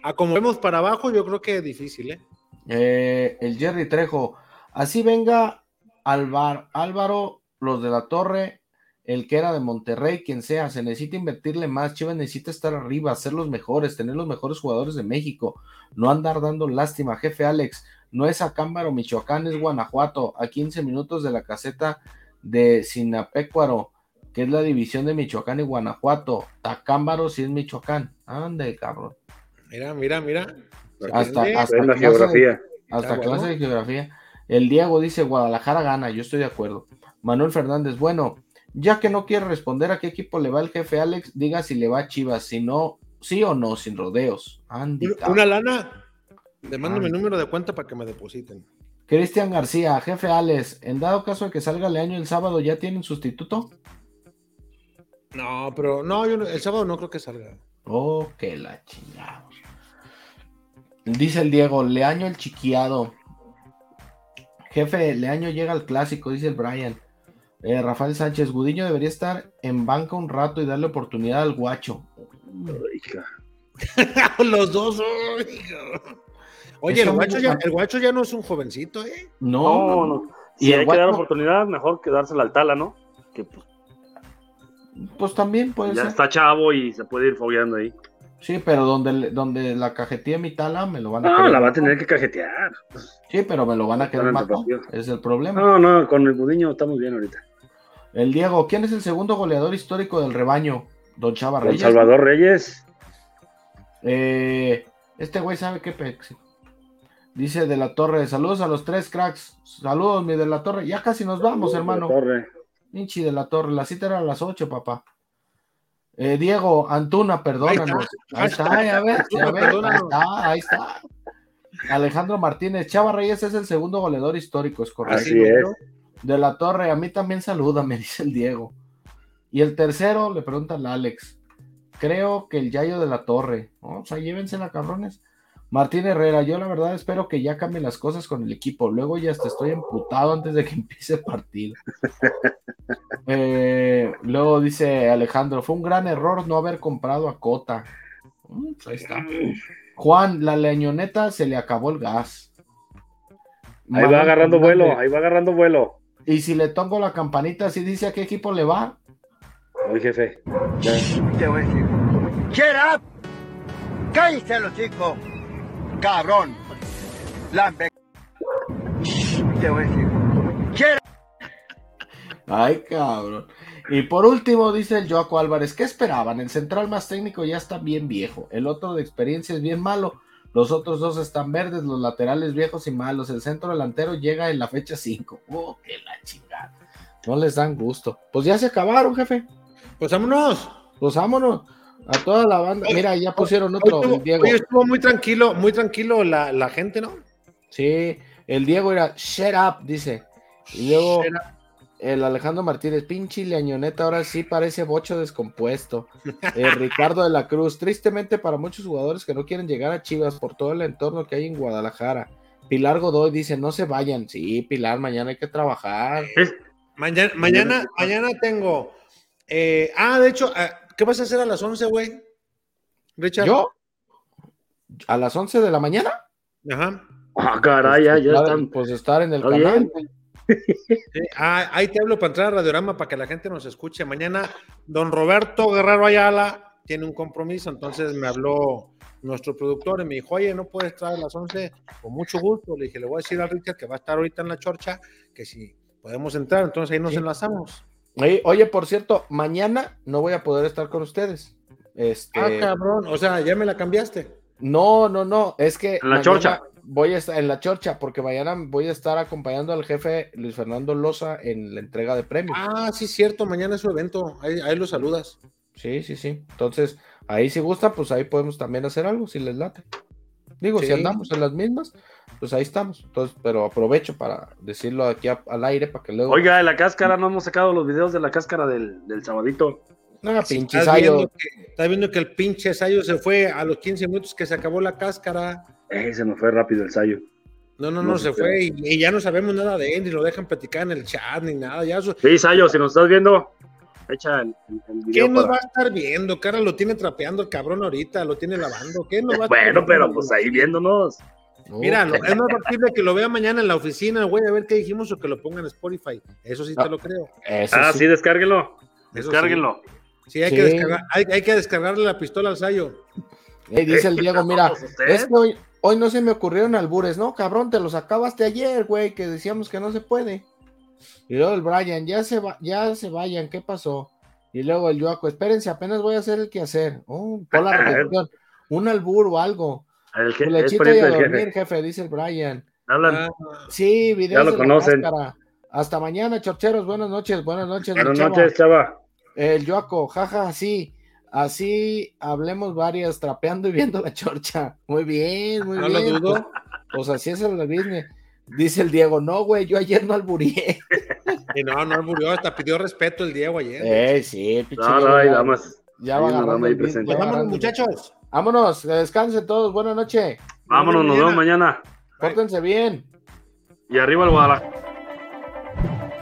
A como vemos para abajo, yo creo que es difícil, ¿eh? Eh, el Jerry Trejo. Así venga Alvar, Álvaro, los de la Torre, el que era de Monterrey, quien sea. Se necesita invertirle más. Chivas necesita estar arriba, ser los mejores, tener los mejores jugadores de México. No andar dando lástima, jefe Alex. No es Acámbaro, Michoacán, es Guanajuato, a 15 minutos de la caseta de Sinapecuaro, que es la división de Michoacán y Guanajuato. Tacámbaro si es Michoacán. Ande, cabrón. Mira, mira, mira. Se Hasta- aprende. hasta- Es la que no se- geografía. Hasta Ah, clase bueno. de geografía. El Diego dice Guadalajara gana, yo estoy de acuerdo. Manuel Fernández, bueno, ya que no quiere responder a qué equipo le va el jefe Alex, diga si le va a Chivas, si no, sí o no, sin rodeos. Andy. Una- cabrón. Una lana. Le mando Ah. mi número de cuenta para que me depositen. Cristian García, jefe Alex, en dado caso de que salga el año el sábado, ¿ya tienen sustituto? No, pero no, yo no- el sábado no creo que salga. Oh, que la chingada. Dice el Diego, Leaño el chiquiado. Jefe, Leaño llega al clásico, dice el Brian. Eh, Rafael Sánchez, Gudiño debería estar en banca un rato y darle oportunidad al guacho. Ay, ca- [laughs] Los dos. uy, cabrón. Oye, Está el muy guacho, ya, bueno. el guacho ya no es un jovencito, ¿eh? No, No, no, no. Si el hay que dar guacho- oportunidad, mejor que dársela al Tala, ¿no? Que pues, pues también puede ya ser. está chavo y se puede ir fogueando ahí. Sí, pero donde, le- donde la cajetilla mi tala me lo van a No, querer Ah, la va a matar. tener que cajetear. Sí, pero me lo van a querer Durante el matar. partido. Ah. Es el problema. No, no, con el Gudiño estamos bien ahorita. El Diego, ¿quién es el segundo goleador histórico del rebaño? Don Chava Con Reyes. Salvador Reyes. Eh, este güey sabe qué pex. Dice De la Torre, saludos a los tres cracks. Saludos, mi De la Torre. Ya casi nos vamos, hermano. Torre. Inchi de la Torre, la cita era a las 8, papá. Eh, Diego, Antuna, perdónanos. Ahí Ahí está, está. ya ves, ya Antuna, ves, ahí perdónanos. está, ahí está. Alejandro Martínez, Chava Reyes es el segundo goleador histórico, es correcto. Así es. De la Torre, a mí también saluda, [laughs] me dice el Diego. Y el tercero, le pregunta al Alex. Creo que el Yayo de la Torre. ¿no? O sea, llévensela, cabrones. Martín Herrera, yo la verdad espero que ya cambien las cosas con el equipo. Luego ya hasta estoy emputado antes de que [laughs] empiece el partido. Eh, luego dice Alejandro, fue un gran error no haber comprado a Cota. Mm, pues ahí está. Juan, la leñoneta se le acabó el gas. Ahí va agarrando vuelo, Fernández, ahí va agarrando vuelo. y si le toco la campanita, si dice a qué equipo le va. Oye, jefe. Ya. Te voy a decir. Get up. Cállense los chicos. Cabrón. Lambe. Te voy a decir. Get up. Ay, cabrón. Y por último, dice el Joaco Álvarez, ¿qué esperaban? El central más técnico ya está bien viejo, el otro de experiencia es bien malo, los otros dos están verdes, los laterales viejos y malos, el centro delantero llega en la fecha 5. Oh, qué la chingada. No les dan gusto. Pues ya se acabaron, jefe. Pues vámonos. Pues vámonos. A toda la banda. Mira, ya pusieron Hoy otro, el estuvo, Diego. hoy estuvo muy tranquilo, muy tranquilo la, la gente, ¿no? Sí, el Diego era shut up, dice. Y luego el Alejandro Martínez, pinche leañoneta, ahora sí parece bocho descompuesto. Eh, Ricardo de la Cruz, tristemente para muchos jugadores que no quieren llegar a Chivas por todo el entorno que hay en Guadalajara. Pilar Godoy dice, no se vayan. Sí, Pilar, mañana hay que trabajar. Es- Mañana, mañana, mañana tengo. eh, ah, de hecho, ah, ¿qué vas a hacer a las 11, güey? Richard. ¿Yo? ¿A las 11 de la mañana? Ajá. Ah, caray, ya, ya Estar- están. Pues estar en el Está bien. canal. güey. Sí, ah, ahí te hablo para entrar a Radiorama para que la gente nos escuche. Mañana, don Roberto Guerrero Ayala tiene un compromiso, entonces me habló nuestro productor y me dijo, oye, no puedes estar a las 11, con mucho gusto. Le dije, le voy a decir a Richard que va a estar ahorita en la chorcha, que si podemos entrar, entonces ahí nos Sí. enlazamos. Oye, Oye, por cierto, mañana no voy a poder estar con ustedes. Este, Ah, cabrón, o sea, ya me la cambiaste. No, no, no, es que En la mañana chorcha. Voy a estar en la chorcha porque mañana voy a estar acompañando al jefe Luis Fernando Loza en la entrega de premios. Ah, sí, cierto, mañana es su evento, ahí, ahí lo saludas. Sí, sí, sí. Entonces, ahí si gusta, pues ahí podemos también hacer algo si les late. Digo, si Sí. andamos en las mismas, pues ahí estamos. Entonces, pero aprovecho para decirlo aquí a- al aire para que luego Oiga, de la cáscara, no hemos sacado los videos de la cáscara del, del sabadito. no, pinche Estás Sayo, viendo, que, estás viendo que el pinche Sayo se fue a los 15 minutos que se acabó la cáscara. Eh, se nos fue rápido el sayo. No, no, No no, se se fue y, y ya no sabemos nada de él, ni lo dejan platicar en el chat, ni nada. Ya su- Sí, Sayo, si nos estás viendo, echa el, el- el video. ¿Qué nos para- va a estar viendo? Cara, lo tiene trapeando el cabrón ahorita, lo tiene lavando. ¿Qué nos va a estar [laughs] Bueno, viendo? pero pues ahí viéndonos. no, Mira, [laughs] lo- es más factible que lo vea mañana en la oficina, güey, a ver qué dijimos o que lo pongan en Spotify. Eso sí Ah, te lo creo. eso Ah, sí. sí, descárguenlo. Eso Descárguenlo. Sí, sí, hay, Sí. Que descargar- hay, hay que descargarle la pistola al Sayo. Eh, dice el Diego, mira, Pues usted. es que hoy, hoy no se me ocurrieron albures, ¿no? Cabrón, te los acabaste ayer, güey, que decíamos que no se puede. Y luego el Brian, ya se, va, ya se vayan, ¿qué pasó? Y luego el Yoaco, espérense, apenas voy a hacer el que hacer. [laughs] Oh, por la repetición, un albur o algo. El je- Tu es lechita y pariente a del dormir, jefe. jefe. dice el Brian. Hablan. Sí, videos Ya lo de la conocen. máscara. Hasta mañana, chorcheros, buenas noches, buenas noches. mi Buenas chava. noches, chava. El Yoaco, jaja, sí. Así hablemos varias, trapeando y viendo la chorcha. Muy bien, muy No Ah, lo bien. dudo. Pues así es el business. Dice el Diego, no, güey, yo ayer no alburié. Y no, no murió, hasta pidió respeto el Diego ayer. Eh, sí, pinche No, Diego, no, ahí ya- damas. Ya va Ahí una agarrando dama ahí el beat, ya presente. Pues va vámonos, agarrando el beat. muchachos. Vámonos, que descansen todos, buenas noches. Vámonos, nos vemos mañana. Pórtense bien. Y arriba el Guadalajara.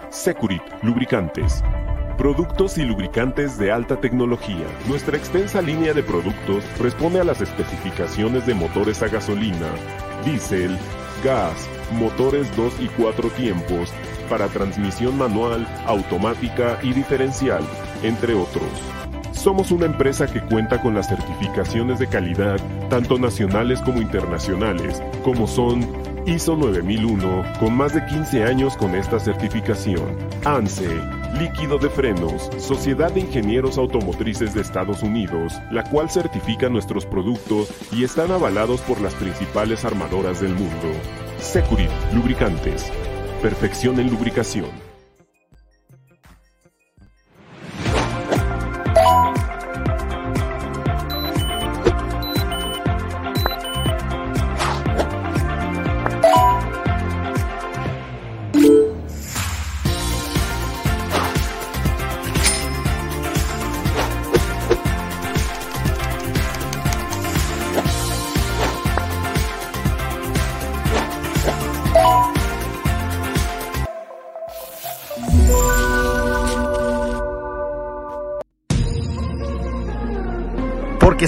Securit Lubricantes. Productos y lubricantes de alta tecnología. Nuestra extensa línea de productos responde a las especificaciones de motores a gasolina, diésel, gas, motores 2 y 4 tiempos, para transmisión manual, automática y diferencial, entre otros. Somos una empresa que cuenta con las certificaciones de calidad, tanto nacionales como internacionales, como son ISO 9001, con más de 15 años con esta certificación, ANSE, Líquido de Frenos, Sociedad de Ingenieros Automotrices de Estados Unidos, la cual certifica nuestros productos y están avalados por las principales armadoras del mundo. Securit Lubricantes. Perfección en lubricación. Porque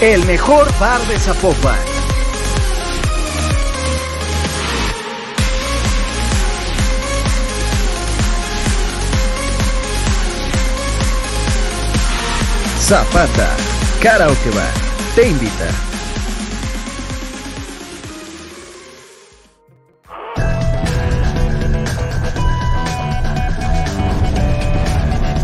El mejor bar de Zapopan. Zapata, Karaoke Bar, te invita.